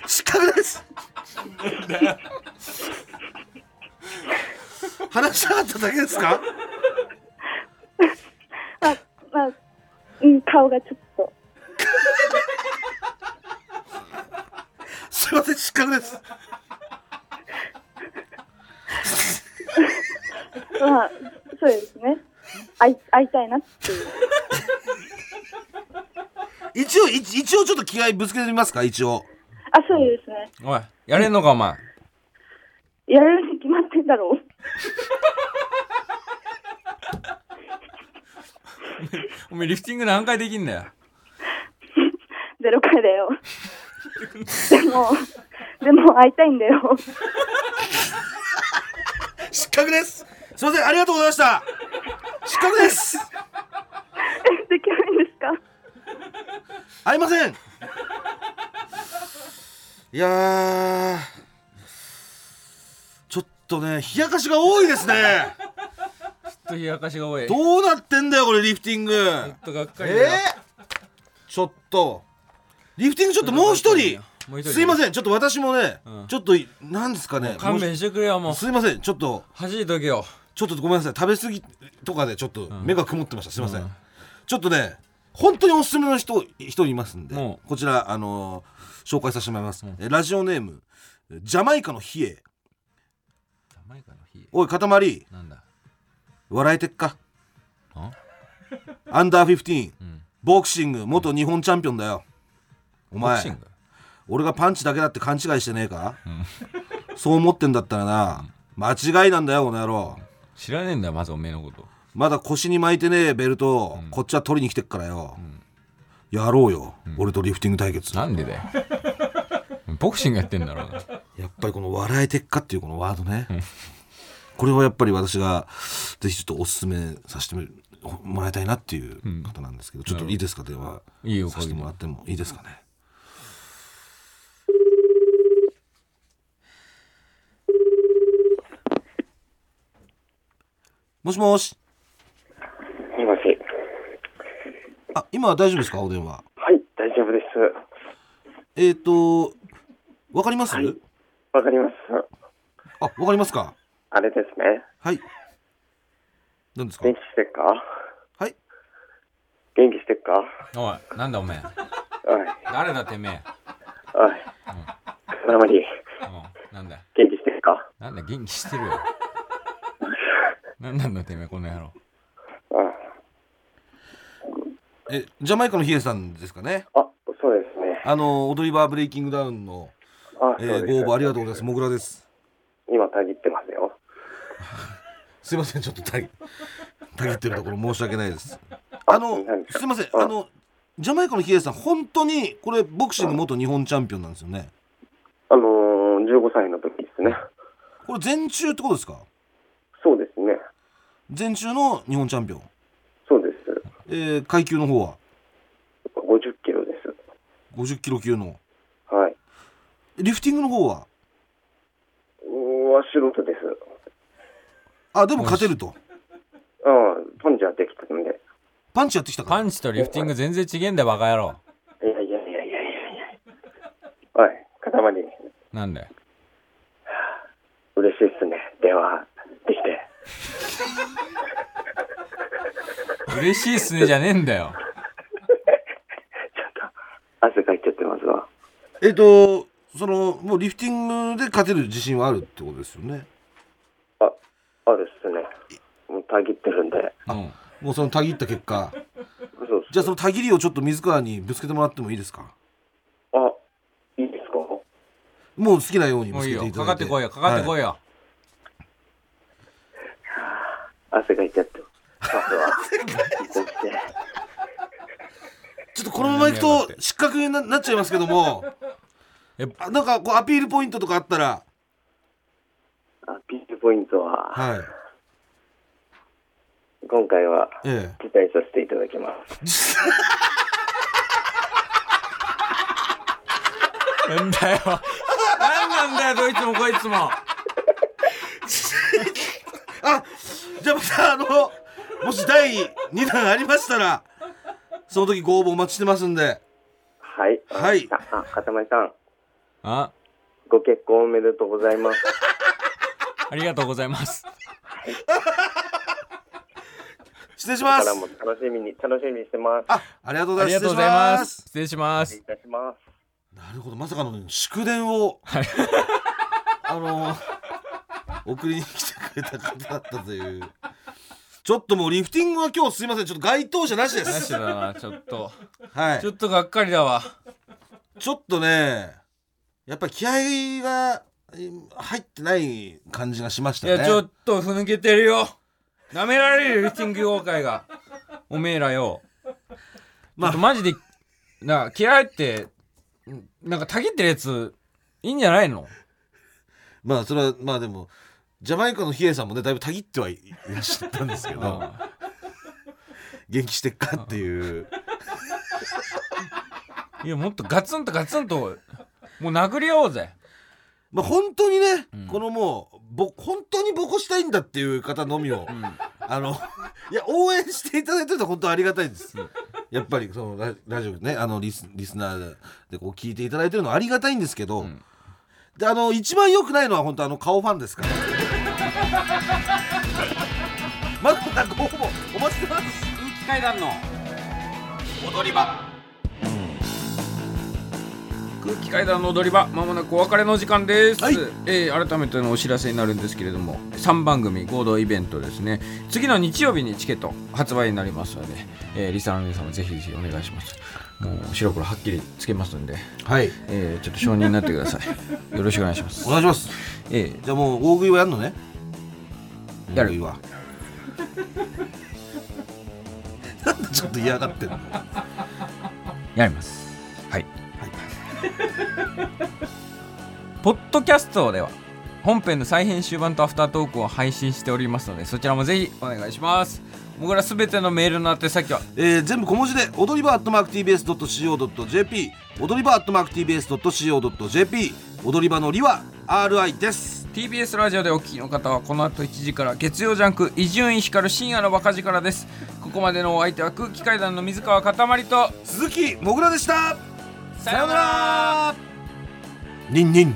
[SPEAKER 3] 失格です。話しなかっただけですか。
[SPEAKER 6] あ、まあ、うん、顔がちょっと。
[SPEAKER 3] すいません、失格です。
[SPEAKER 6] まあ、そうですね。会い会いたいなっていう。
[SPEAKER 3] 一応、一一応ちょっと気合いぶつけてみますか、一応。
[SPEAKER 6] あ、そうですね。
[SPEAKER 2] おいやれんのかお前
[SPEAKER 6] やれるに決まってんだろう。
[SPEAKER 2] お前リフティング何回できんだよ
[SPEAKER 6] ゼロ回だよ。でも、でも会いたいんだよ。
[SPEAKER 3] 失格です。すいません、ありがとうございました。失格です。
[SPEAKER 6] できないんですか
[SPEAKER 3] 合いませんいやーちょっとね冷やかしが多いですね
[SPEAKER 2] ちょっと冷やかしが多いちょ
[SPEAKER 3] どうなってんだよこれリフティング
[SPEAKER 2] っとがっかりだ
[SPEAKER 3] え
[SPEAKER 2] よ
[SPEAKER 3] ー、ちょっとリフティングちょっともう一人
[SPEAKER 2] もう一人
[SPEAKER 3] すいませんちょっと私もね、
[SPEAKER 2] うん
[SPEAKER 3] ちょっとなんですかね
[SPEAKER 2] 勘弁してくれよも
[SPEAKER 3] も
[SPEAKER 2] う
[SPEAKER 3] うすいませんちょっと
[SPEAKER 2] 恥いとけよ
[SPEAKER 3] ちょっとごめんなさい食べ過ぎとかでちょっと目が曇ってました、すいません、
[SPEAKER 2] うん
[SPEAKER 3] ちょっとね本当におすすめの人人いますんで、
[SPEAKER 2] うん
[SPEAKER 3] こちらあのー紹介させてもらいます、えラジオネームジャマイカのヒエ
[SPEAKER 2] マイカの火
[SPEAKER 3] おい塊
[SPEAKER 2] なんだ
[SPEAKER 3] 笑えてっか
[SPEAKER 2] あ
[SPEAKER 3] アンダーフィフティーン
[SPEAKER 2] うん
[SPEAKER 3] ボクシング元日本チャンピオンだよお
[SPEAKER 2] ボクシン
[SPEAKER 3] 前
[SPEAKER 2] グ
[SPEAKER 3] 俺がパンチだけだって勘違いしてねえか、そう思ってんだったらな間違いなんだよこの野郎
[SPEAKER 2] 知らねえんだよまずおめえのこと
[SPEAKER 3] まだ腰に巻いてねえベルトを、こっちは取りに来てっからよ、やろうよ、俺とリフティング対決
[SPEAKER 2] なんでだ よボクシングやってんだろうな
[SPEAKER 3] やっぱりこの「笑えてっか」っていうこのワードね、これはやっぱり私がぜひちょっとおすすめさせてもらいたいなっていう方なんですけど、ちょっといいですか電話
[SPEAKER 2] いいよ
[SPEAKER 3] させてもらってもいいですかねもしもし
[SPEAKER 5] もしもし。
[SPEAKER 3] あ今は大丈夫ですかお電話
[SPEAKER 5] はい、大丈夫です。
[SPEAKER 3] えっ、と、わかります、
[SPEAKER 5] わかります。
[SPEAKER 3] あ、わかりますか
[SPEAKER 5] あれですね。
[SPEAKER 3] はい。何ですか
[SPEAKER 5] 元気してっか
[SPEAKER 3] はい。
[SPEAKER 5] 元気してっか
[SPEAKER 2] おいなんだおめえ
[SPEAKER 5] おい、
[SPEAKER 2] 誰だてめえ
[SPEAKER 5] おい。かなま
[SPEAKER 2] う
[SPEAKER 5] り、
[SPEAKER 2] んなんだよ
[SPEAKER 5] 元気してっか
[SPEAKER 2] なんだ元気してるよなんなんだてめえこの野郎
[SPEAKER 3] えジャマイカのヒエさんですかね
[SPEAKER 5] あ、そうですね。
[SPEAKER 3] あの踊り場ブレイキングダウンの、
[SPEAKER 5] あ、
[SPEAKER 3] え
[SPEAKER 5] そうです
[SPEAKER 3] ー、ご応募ありがとうございますもぐらです
[SPEAKER 5] 今、たぎってますよ。
[SPEAKER 3] すいませんちょっとたぎたぎってるところ申し訳ないですあの
[SPEAKER 5] 何ですか
[SPEAKER 3] すいません
[SPEAKER 5] うん
[SPEAKER 3] あのジャマイカのヒエさん本当にこれボクシング元日本チャンピオンなんですよね
[SPEAKER 5] あのー、15歳の時ですね。
[SPEAKER 3] これ全中ってことですか
[SPEAKER 5] そうですね。
[SPEAKER 3] 全中の日本チャンピオン、
[SPEAKER 5] そうです。
[SPEAKER 3] えー、階級の方は
[SPEAKER 5] 50キロです。
[SPEAKER 3] 50キロ級の
[SPEAKER 5] はい。
[SPEAKER 3] リフティングの方は
[SPEAKER 5] うわ、素人です。
[SPEAKER 3] あでも勝てると
[SPEAKER 5] ああ、パンチはできたんで。
[SPEAKER 3] パンチやってきたから
[SPEAKER 2] パンチとリフティング全然違えんだよバカ野郎
[SPEAKER 5] いやいやいやいやいやいや。はい、塊に。
[SPEAKER 2] なんだよ
[SPEAKER 5] 嬉しいっすね。電話できて。
[SPEAKER 2] 嬉しいっすねじゃねえんだよ
[SPEAKER 5] 汗かいちゃってますわ。
[SPEAKER 3] えっとそのもうリフティングで勝てる自信はあるってことですよね
[SPEAKER 5] あ、あるっすね。もうたぎってるんで。
[SPEAKER 2] うん
[SPEAKER 3] もうそのたぎった結果
[SPEAKER 5] そうっす
[SPEAKER 3] じゃあそのたぎりをちょっと水川にぶつけてもらってもいいですか
[SPEAKER 5] あ、いいですか
[SPEAKER 3] もう好きなようにぶ
[SPEAKER 2] も
[SPEAKER 3] つ
[SPEAKER 2] ういい
[SPEAKER 3] けて
[SPEAKER 2] よ
[SPEAKER 3] いた
[SPEAKER 2] か
[SPEAKER 3] だ
[SPEAKER 2] か
[SPEAKER 3] い
[SPEAKER 2] っててこいよかかって
[SPEAKER 3] は
[SPEAKER 2] こいよ、
[SPEAKER 5] 汗かいちゃって。汗は。できて。
[SPEAKER 3] ちょっとこのままいくと失格にななっちゃいますけども
[SPEAKER 2] え
[SPEAKER 3] あなんかこうアピールポイントとかあったら
[SPEAKER 5] あ、ピッチポイントは、
[SPEAKER 3] はい
[SPEAKER 5] 今回は、
[SPEAKER 3] え
[SPEAKER 5] 期待させていただきます。
[SPEAKER 2] なんだよなんなんだよどいつもこいつも
[SPEAKER 3] えあじゃあまたあのもし第2弾ありましたらその時ご応募お待ちしてますんで
[SPEAKER 5] はい。
[SPEAKER 3] はい
[SPEAKER 5] あ、あかたまりさん、
[SPEAKER 2] あ
[SPEAKER 5] ご結婚おめでとうございます。
[SPEAKER 2] ありがとうございます
[SPEAKER 3] 失礼し
[SPEAKER 5] こ
[SPEAKER 3] ま
[SPEAKER 5] れ
[SPEAKER 3] す
[SPEAKER 5] からも楽しみに、楽しみにしてます。
[SPEAKER 3] あありがとうご
[SPEAKER 2] あ
[SPEAKER 3] ざい
[SPEAKER 2] りがと
[SPEAKER 3] ます
[SPEAKER 2] うございま
[SPEAKER 3] 失礼し
[SPEAKER 2] す失礼しま
[SPEAKER 5] 失礼
[SPEAKER 2] す
[SPEAKER 5] いたします。
[SPEAKER 3] なるほど、まさかの祝電を、 あの、送りに来てくれた方だったという。ちょっともうリフティングは今日すいません、ちょっと該当者なしで
[SPEAKER 2] な
[SPEAKER 3] す。
[SPEAKER 2] しだなちょっと
[SPEAKER 3] はい
[SPEAKER 2] ちょ。っとがっかりだわ
[SPEAKER 3] ちょっとね、やっぱり気合がうん入ってない感じがしまし
[SPEAKER 2] い
[SPEAKER 3] たね。
[SPEAKER 2] やちょっとふぬけてるよなめられるよリフティング業界がおめえらよま
[SPEAKER 3] まあ
[SPEAKER 2] あマジでな嫌いってなんかたぎってるやついいんじゃないの
[SPEAKER 3] まあ、それは、まあでも、ジャマイカのヒエさんもね、だいぶたぎってはいいらっしゃったんですけ ど、元気してっかっていう。
[SPEAKER 2] いやもっとガツンとガツンともう殴り合おうぜ
[SPEAKER 3] まあ、本当にね、
[SPEAKER 2] ん
[SPEAKER 3] このもうぼ本当にボコしたいんだっていう方のみを、あのいや応援していただいてると本当ありがたいです、やっぱりそのララジオねあのリスリスナーでこう聞いていただいてるのはありがたいんですけど、
[SPEAKER 2] ん
[SPEAKER 3] であの一番良くないのは本当あの顔ファンですから まだまだご応募お待ちしてます
[SPEAKER 2] 空気階段の踊り場空気階段の踊り場まもなくお別れの時間です、
[SPEAKER 3] はい
[SPEAKER 2] えー改めてのお知らせになるんですけれども3番組合同イベントですね次の日曜日にチケット発売になりますので、えーリサの皆さんもぜひぜひお願いしますもう白黒はっきりつけますんで、
[SPEAKER 3] はい
[SPEAKER 2] えーちょっと承認になってくださいよろしくお願いします
[SPEAKER 3] お願いします
[SPEAKER 2] え
[SPEAKER 3] じゃあもう大食いはやんのね
[SPEAKER 2] ーや
[SPEAKER 3] や
[SPEAKER 2] る
[SPEAKER 3] るわ なんでちょっと嫌がってんの
[SPEAKER 2] やりますはい、ポッドキャストでは本編の再編集版とアフタートークを配信しておりますのでそちらもぜひお願いします僕らすべてのメールの宛先は
[SPEAKER 3] えー全部小文字で踊り場 at mark tbs.co.jp 踊り場 at mark tbs.co.jp 踊り場のりは RI です
[SPEAKER 2] TBS ラジオでお聞きの方はこの後1時から月曜ジャンク伊集院光る深夜の若字からですここまでのお相手は空気階段の水川かたまりと
[SPEAKER 3] 鈴木もぐらでした
[SPEAKER 2] さようなら
[SPEAKER 3] ニンニン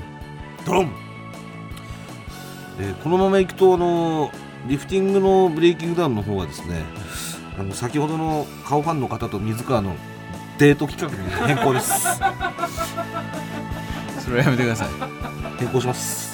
[SPEAKER 3] ドロン、えーこのままいくとあのーリフティングのブレイキングダウンの方はですねあの先ほどの顔ファンの方と水川のデート企画に変更です
[SPEAKER 2] それはやめてください
[SPEAKER 3] 変更します